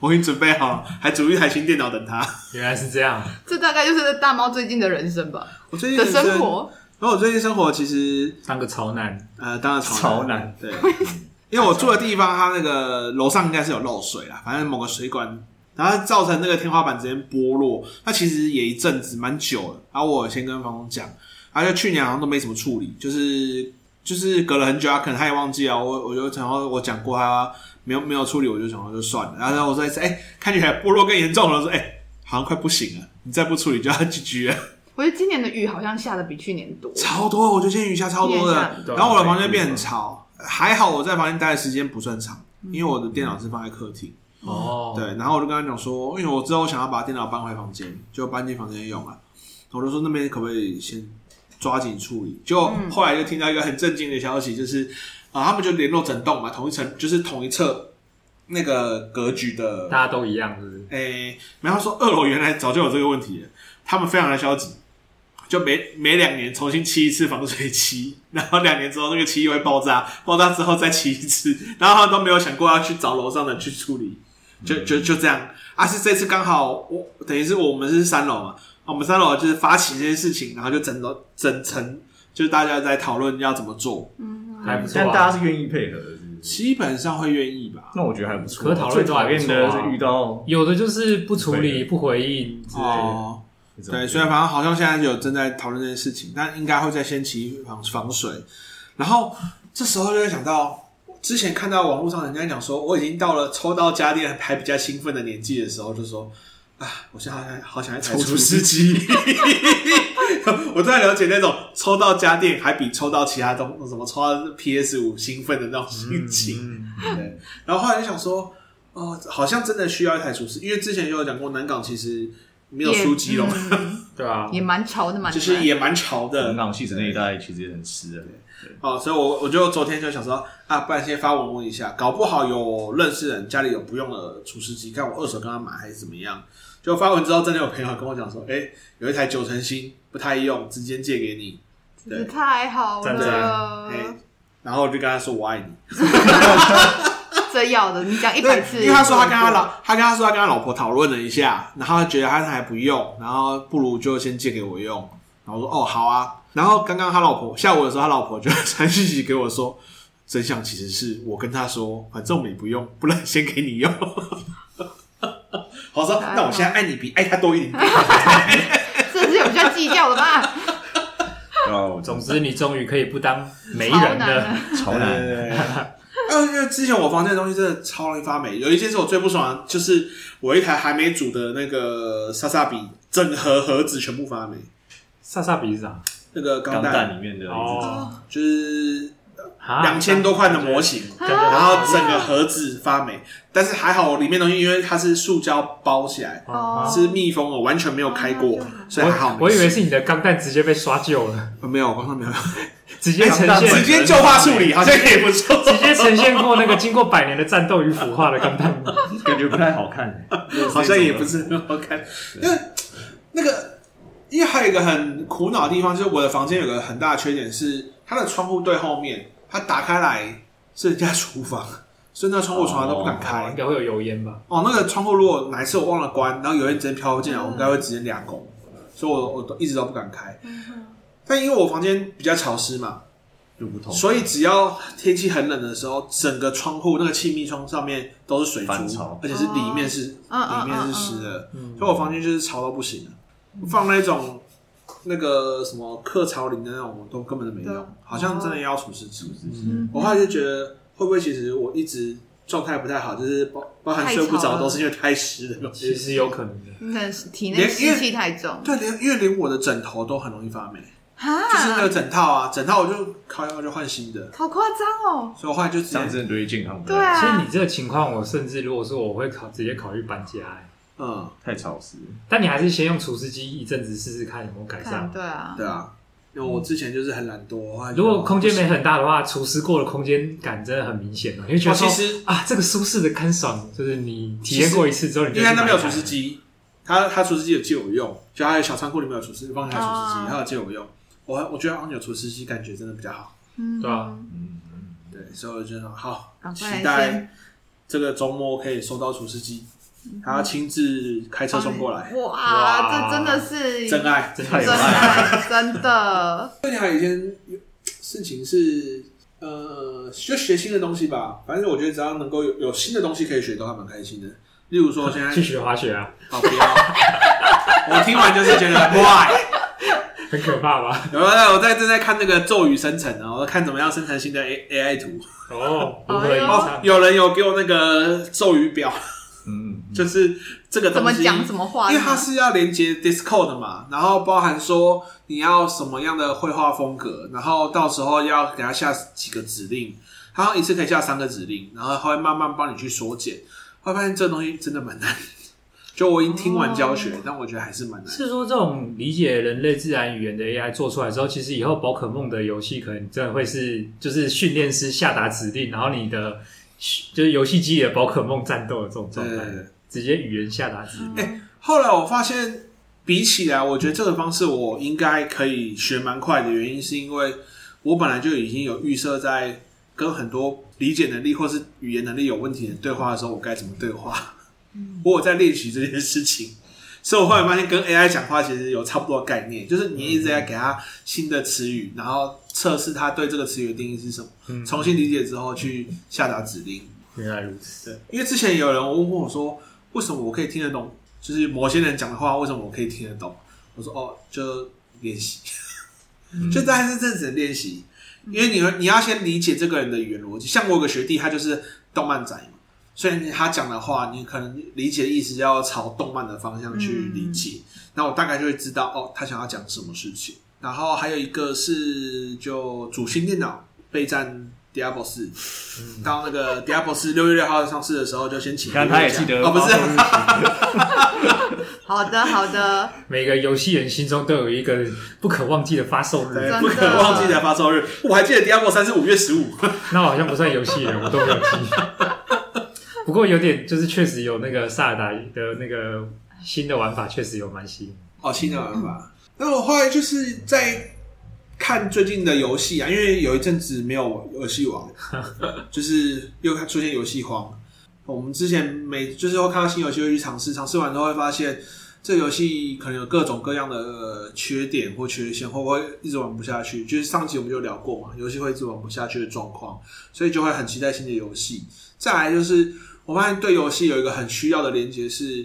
我已经准备好了，还组一台新电脑等他。
原来是这样，
这大概就是大猫最近的人生
[laughs]
吧，
我最近
的生，活。
然后我最近生活其实
当个潮男，
呃，当然潮
潮男
对，因为我住的地方，它那个楼上应该是有漏水啦，反正某个水管，然后造成那个天花板直接剥落。那其实也一阵子蛮久了，然后我有先跟房东讲，然后就去年好像都没什么处理，就是就是隔了很久，他可能他也忘记啊，我我就然后我讲过他没有没有处理，我就想说就算了。然后我说一次，哎、看起来剥落更严重了，我说哎、好像快不行了，你再不处理就要 GG 了。
我觉得今年的雨好像下的比去年多，
超多，我觉得今天雨下超多
今天雨下
的
很，
多
然后我的房间变很吵，还好我在房间待的时间不算长，因为我的电脑是放在客厅，
哦，
对，然后我就跟他讲说，因为我之后想要把电脑搬回房间，就搬进房间用了，我就说那边可不可以先抓紧处理，就后来就听到一个很震惊的消息，就是啊，他们就联络整栋嘛，同一层就是同一侧那个格局的
大家都一样，是不是？
诶、然后说二楼原来早就有这个问题了，他们非常的消极，就每每两年重新漆一次防水漆，然后两年之后那个漆又会爆炸，爆炸之后再漆一次，然后他们都没有想过要去找楼上的去处理，就就就这样啊！是这次刚好我等于是我们是三楼嘛，啊我们三楼就是发起这件事情，然后就整楼整层就是大家在讨论要怎么做，
嗯
还不错
但大
啊。
家是愿意配合的，是不是
基本上会愿意吧？
那我觉得还不错。
可讨论
最
度还
讨
不错啊
厌的是遇到
有的就是不处理、不回应之类的。
哦，
这种
对，虽然反正好像现在有正在讨论这件事情，但应该会再掀起防防水。然后这时候就会想到，之前看到网络上人家讲说，我已经到了抽到家电还比较兴奋的年纪的时候，就说啊，我现在好想好想要抽
除
出
湿
湿机。 [laughs] 我在了解那种抽到家电还比抽到其他东什么抽到 PS 五兴奋的那种心情。
嗯
嗯
对，然后后来就想说，哦，好像真的需要一台厨师，因为之前就有讲过，南港其实没有
[laughs] 也
书机笼，
嗯
对啊，
也蛮潮的，蛮
就是也蛮潮
南
的。
港戏子那一带其实也很湿的，
哦，所以我我就昨天就想说啊，不然先发文问一下，搞不好有认识人家里有不用的厨师机，看我二手跟他买还是怎么样。就发文之后，真的有朋友跟我讲说，哎、有一台九成新不太用，直接借给你。
真是太好
赞赞
了
哎、，然后我就跟他说我爱你。
这要的，你讲一百
对，
次，
因为他说他跟他老，他跟他说他跟他老婆讨论了一下，然后他觉得他还不用，然后不如就先借给我用。然后我说哦好啊。然后刚刚他老婆下午的时候，他老婆就传讯息给我说，真相其实是我跟他说，反正我们也不用，不然先给你 [laughs] 用。好说，那我现在爱你比爱他多一点点。
这是有需要计较的吧？
哦，
总之你终于可以不当媒
超
人
难
了，
的，
超
对
难，
对对对对呃，因为之前我房间的东西真的超容易发霉，有一件事我最不爽的，就是我一台还没煮的那个莎莎比，整盒盒子全部发霉。
萨萨比是啥？
那个钢
钢
弹
蛋里面的一只
哦，
就是
啊
两千多块的模型，
感觉
然后整个盒子发霉，但是还好里面东西因为它是塑胶包起来，
哦
是密封的，完全没有开过
哦，
所以还好没事。
我以为是你的钢弹直接被刷旧了，
呃没有，光上没有，
直接呈
钢
现
弹
[laughs] 直接就化处理好像也不错。
[laughs] 直接呈现过那个经过百年的战斗与腐化的钢弹。
感觉不太好看，
好像也不是很好看，因为那个，因为还有一个很苦恼的地方，就是我的房间有个很大的缺点是，它的窗户对后面，它打开来是人家厨房，所以那窗户我从来都不敢开
应。该会有油烟吧？
哦，那个窗户如果哪一次我忘了关，然后有人直接飘进来，我应该会直接俩拱，所以我我都一直都不敢开。但因为我房间比较潮湿嘛，
就不同，
所以只要天气很冷的时候，整个窗户那个气密窗上面都是水珠
反潮，
而且是里面是、
嗯嗯嗯
里面是湿的，所以我房间就是潮到不行了。放那种那个什么克潮林的那种，都根本就没
对
用，好像真的要除湿机。
嗯
我后来就觉得，会不会其实我一直状态不太好，就是包包含睡不
太潮
着，
了
都是因为太湿的东西。
其实有可能的。
你可能是体内湿气太重
对，连因为连我的枕头都很容易发霉，就是那
啊
个，枕套啊，枕套我就靠腰就换新的，
好夸张哦！
所以我后来就直
这样
接
真的对于健康不太
对
好，
其实
啊
你，这个情况，我甚至如果说我会考直接考虑搬家、欸，
嗯，
太潮湿，
但你还是先用除湿机一阵子试试看有没有改
看
善。
对啊，
对啊，因为我之前就是很懒惰，我后来就
如果空间没很大的话，除湿过的空间感真的很明显了，你会觉
我
得说
哦其实
啊，这个舒适的干爽，就是你体验过一次之后，你就哎
因为他那边有除
除
湿，机，他他除湿机有借我用，就他的小仓库里面有除湿，放他除湿
哦
机，他有借我用，我我觉得好像有除湿机感觉真的比较好，
嗯，
对啊，
嗯，
对，所以我就说好
赶，
期
快
待
先嗯
这个周末可以收到除湿机，他要亲自开车送过来，
哇，
哇
这真的是
真爱。
真
太
的
有
真爱，真的，
最近还有一件事情是，呃，就学新的东西吧。反正我觉得只要能够有有新的东西可以学，都还蛮开心的。例如说现
[laughs]
在
去学滑雪啊，
好不要，我听完就是觉得 why。
很可怕吧？
有有，我在正在看那个咒语生成啊，我在看怎么样生成新的 A A I 图。
[laughs] 哦，如
哎
何
呦
隐
[laughs] 哦
藏，？
有人有给我那个咒语表，
嗯，嗯
就是这个
怎么
东西
讲什么话呢？
因为它是要连接 Discord 的嘛，然后包含说你要什么样的绘画风格，然后到时候要给它下几个指令，它好像一次可以下三个指令，然后它会慢慢帮你去缩减。会发现这东西真的蛮难的，就我已经听完教学，但我觉得还是蛮难的。
是说这种理解人类自然语言的 AI 做出来之后，其实以后宝可梦的游戏可能真的会是就是训练师下达指令，然后你的就是游戏机里的宝可梦战斗的这种状态
对对对，
直接语言下达指令。
后来我发现，比起来，我觉得这个方式我应该可以学蛮快的原因，是因为我本来就已经有预设在跟很多理解能力或是语言能力有问题的人对话的时候，我该怎么对话。我有在练习这件事情，所以我后来发现跟 AI 讲话其实有差不多的概念，就是你一直在给他新的词语，然后测试他对这个词语的定义是什么，重新理解之后去下达指令。
嗯原来如此，
对，因为之前有人问我说，为什么我可以听得懂，就是某些人讲的话，为什么我可以听得懂？我说哦，就练习，就大概是这样子的练习，因为你你要先理解这个人的语言逻辑。像我有个学弟，他就是动漫宅嘛，所以他讲的话，你可能理解的意思要朝动漫的方向去理解。那、我大概就会知道哦，他想要讲什么事情。然后还有一个是就主新电脑备战 Diablo 四，到那个 Diablo 四六月六号上市的时候，就先请
你看他也
讲
记得
哦，不是
包括日期
好的，好的，
每个游戏人心中都有一个不可忘记的发售日。
对，
真
不
的
可忘记的发售日。我还记得 Diablo 三是五月十五，
那我好像不算游戏人，我都没有记。
[laughs]
不过有点就是确实有那个萨尔达的那个新的玩法，确实有蛮吸引。
哦，新的玩法。那我后来就是在看最近的游戏啊，因为有一阵子没有游戏王，就是又出现游戏荒。我们之前每就是会看到新游戏会去尝试，尝试完之后会发现这个游戏可能有各种各样的呃缺点或缺陷，会不会一直玩不下去？就是上集我们就聊过嘛，游戏会一直玩不下去的状况，所以就会很期待新的游戏。再来就是我发现对游戏有一个很需要的连接是，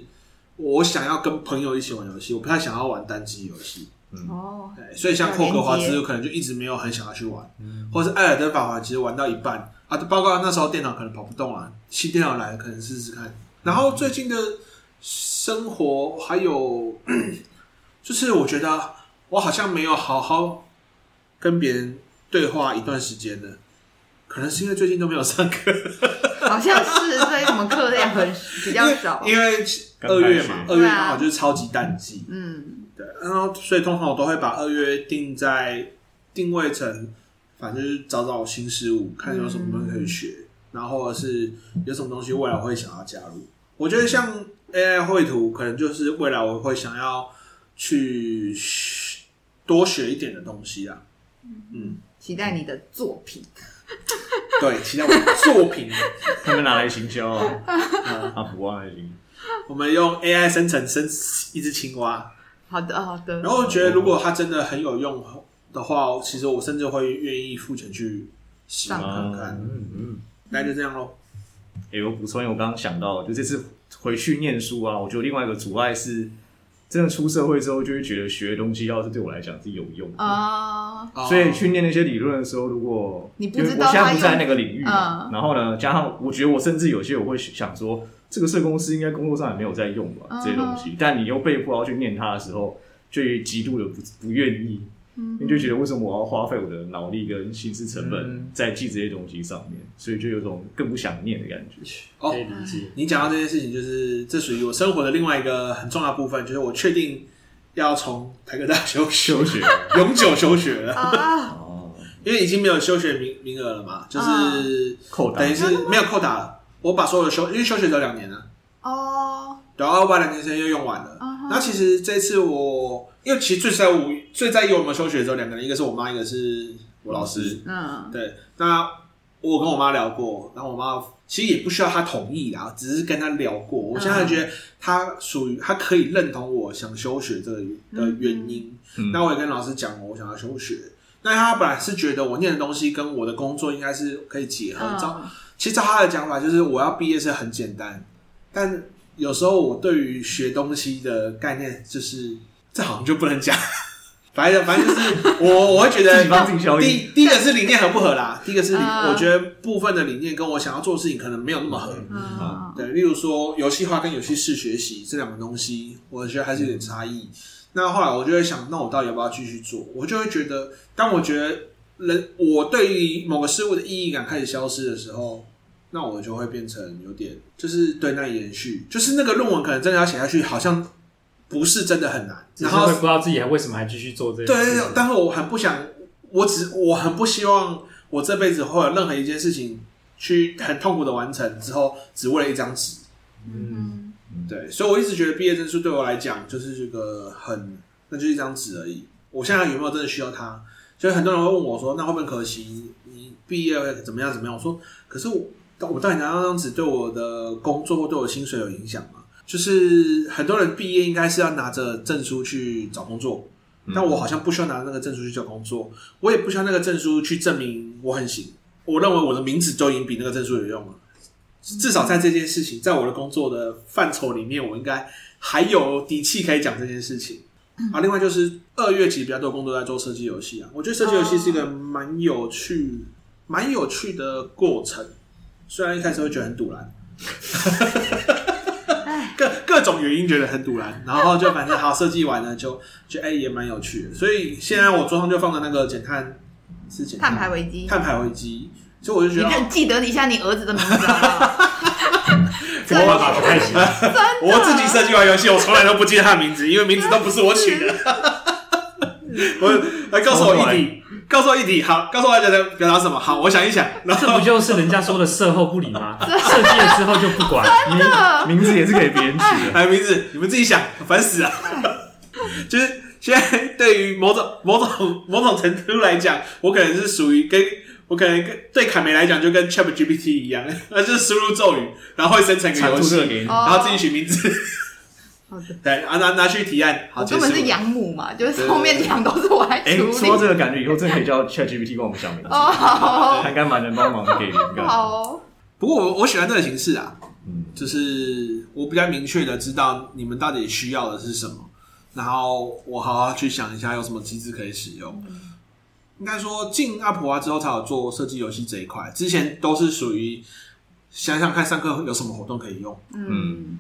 我想要跟朋友一起玩游戏，我不太想要玩单机游戏。
哦，
对，所以像《霍格华兹》可能就一直没有很想要去玩，或者是《艾尔登法环》其实玩到一半啊，包括那时候电脑可能跑不动了，新电脑来了可能试试看。然后最近的生活还有， [clears throat] 就是我觉得我好像没有好好跟别人对话一段时间了，可能是因为最近都没有上课，
好像是，所以我们课量很比较少。
因为二月嘛，二
刚开学
月刚好就是超级淡季，
嗯，
对，然后所以通常我都会把二月定在定位成，反正就是找找新事物，看有什么东西可以学，然后或者是有什么东西未来我会想要加入。我觉得像 AI 绘图，可能就是未来我会想要去学多学一点的东西啊。
期待你的作品。
对，期待我的作品，
他们拿来行销啊， [laughs] 他不忘已经。
我们用 AI 生成生一只青蛙。
好的，好的
然。后我觉得如果它真的很有用的话，其实我甚至会愿意付钱去使用看看。
嗯嗯，
那就这样喽。
哎、我补充，因为我刚刚想到，就这次回去念书啊，我觉得另外一个阻碍是，真的出社会之后就会觉得学的东西要是对我来讲是有用的，
啊，
哦
所以去念那些理论的时候，如果
你不知道
因为我现
它
在
用
不在那个领域嘛，
嗯
然后呢，加上我觉得我甚至有些我会想说，这个社公司应该工作上也没有在用吧
嗯
这些东西，但你又被迫要去念它的时候，就极度的不不愿意，你就觉得为什么我要花费我的脑力跟心思成本
嗯
在记这些东西上面，所以就有种更不想念的感觉。
哦
可以理解。
你讲到这件事情，就是这属于我生活的另外一个很重要的部分，就是我确定要从台科大休学，
休学
永久休学
[laughs]
了，
啊，
哦，
因为已经没有休学名名额了嘛，就是
扣打
等于是没有扣打了。我把所有的休，因为休学只有两年了，
哦，
然后把两年时间又用完了。
啊哈
那其实这次我，因为其实最在乎、最在意我们休学的只有两个人，一个是我妈，一个是我老师。
嗯，
对，那我跟我妈聊过，然后我妈其实也不需要她同意啦，只是跟她聊过。我现在觉得她属于她可以认同我想休学这个的原因。
嗯
那我也跟老师讲我想要休学。那她本来是觉得我念的东西跟我的工作应该是可以结合。照、
嗯
其实照她的讲法，就是我要毕业是很简单，但有时候我对于学东西的概念，就是这好像就不能讲。 [laughs] 反正反正就是我，我会觉得
自己帮自己消音
第第一个是理念合不合啦，第一个是理，
啊
我觉得部分的理念跟我想要做的事情可能没有那么合。
嗯，
对，例如说游戏化跟游戏式学习这两个东西，我觉得还是有
嗯
点差异。那后来我就会想，那我到底要不要继续做？我就会觉得，当我觉得人我对于某个事物的意义感开始消失的时候，那我就会变成有点就是对那延续，就是那个论文可能真的要写下去，好像不是真的很难。
只
然
是
后
会不知道自己还为什么还继续做这
对
件
对
事
对，
情。
但是我很不想，我只我很不希望我这辈子会有任何一件事情去很痛苦的完成之后，只为了一张纸。
嗯，
对，所以我一直觉得毕业证书对我来讲就是这个很，那就是一张纸而已。我现在有没有真的需要它？所以很多人会问我说，那会不会可惜？你毕业会怎么样怎么样？我说，可是我我到底拿到那张纸对我的工作或对我的薪水有影响吗？就是很多人毕业应该是要拿着证书去找工作，但我好像不需要拿那个证书去找工作，我也不需要那个证书去证明我很行。我认为我的名字都已经比那个证书有用了。至少在这件事情，在我的工作的范畴里面，我应该还有底气可以讲这件事情。
啊，另外就是二月其实比较多工作在做设计游戏啊，我觉得设计游戏是一个蛮有趣、蛮有趣的过程，虽然一开始会觉得很堵然，各各种原因觉得很堵然，然后就反正好设计完了就就哎、也蛮有趣的，所以现在我桌上就放的那个减碳是减
碳排危机，
碳排危机，所以我就觉得
你
哦
看记得一下你儿子的名字好不好？
这个办
啊
法不太行。
我自己设计玩游戏，我从来都不记得他的名字，因为名字都不是我取的。 [laughs] 我来告
[laughs]
诉我一题，告诉我一题，好，告诉我要表达表达什么？好，我想一想，然
这
后
不就是人家说的售后不理
[laughs]
吗？设计了之后就不管，
名字也是给别人取的。
还有名字，你们自己想，烦死了。 [laughs] 就是现在对于某种某种某种程度来讲，我可能是属于跟我可能跟对凯梅来讲就跟 Chat GPT 一样，那就是输入咒语，然后会生成一个
产
游
出这个
戏，
给你，
哦
然后自己取名字，
好的
[laughs] 对，啊拿拿去提案，好，
[laughs] 我根本
结
是
束
养母嘛，就是后面养都是我来 [laughs]
哎，
处
说到
理。
这个，感觉以后真的可以叫 ChatGPT 帮我们想名字，
哦，好哦
[laughs] 还应该蛮能帮忙给灵感。
好哦，
不过我我喜欢这个形式啊，
嗯
就是我比较明确的知道你们到底需要的是什么，然后我好好去想一下有什么机制可以使用。应该说进阿普啊之后才有做设计游戏这一块，之前都是属于想想看上课有什么活动可以用，
嗯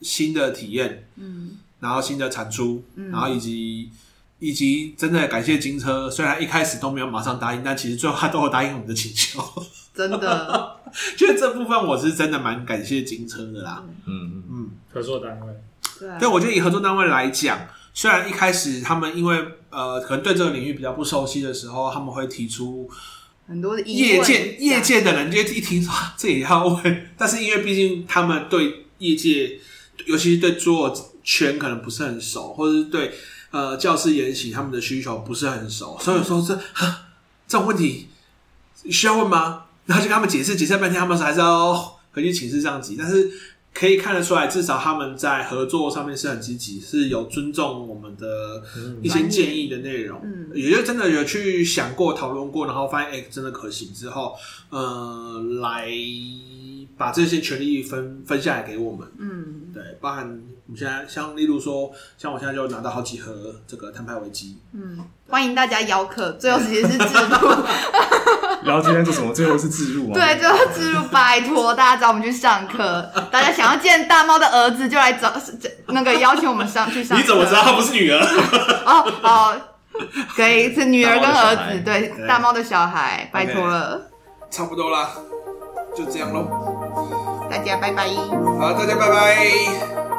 新的体验，
嗯
然后新的产出，
嗯
然后以及。以及真的感谢金车，虽然一开始都没有马上答应，但其实最后他都有答应我们的请求。 [laughs]
真的，
觉得这部分我是真的蛮感谢金车的啦。
嗯，
嗯，
合作单位
对啊
对，我觉得以合作单位来讲，虽然一开始他们因为呃可能对这个领域比较不熟悉的时候，他们会提出
很多的疑问
业界业界的人就一听说啊这也要问，但是因为毕竟他们对业界，尤其是对桌游圈可能不是很熟，或者是对呃教师研习他们的需求不是很熟，所以说这 [laughs] 哈这种问题需要问吗？然后就跟他们解释解释半天，他们还是要回去请示上级，但是。可以看得出来，至少他们在合作上面是很积极，是有尊重我们的一些建议的内容。
嗯
也就真的有去想过、讨论过，然后发现哎、真的可行之后，呃，来把这些权利分分下来给我们。
嗯，
对，包含我们现在像例如说，像我现在就拿到好几盒这个摊牌危机，
嗯，欢迎大家邀客，最后其实是植入，
嗯然后今天做什么？最后是自入吗？
[laughs] 对，最后植入，拜托大家找我们去上课，大家想要见大猫的儿子就来找那个邀请我们上去上课。
你怎么知道她不是女儿？
哦哦，可以是女儿跟儿子，
大
对 [laughs] 大猫的小孩，拜托了，
差不多啦，就这样喽。
大家拜拜。
好，大家拜拜。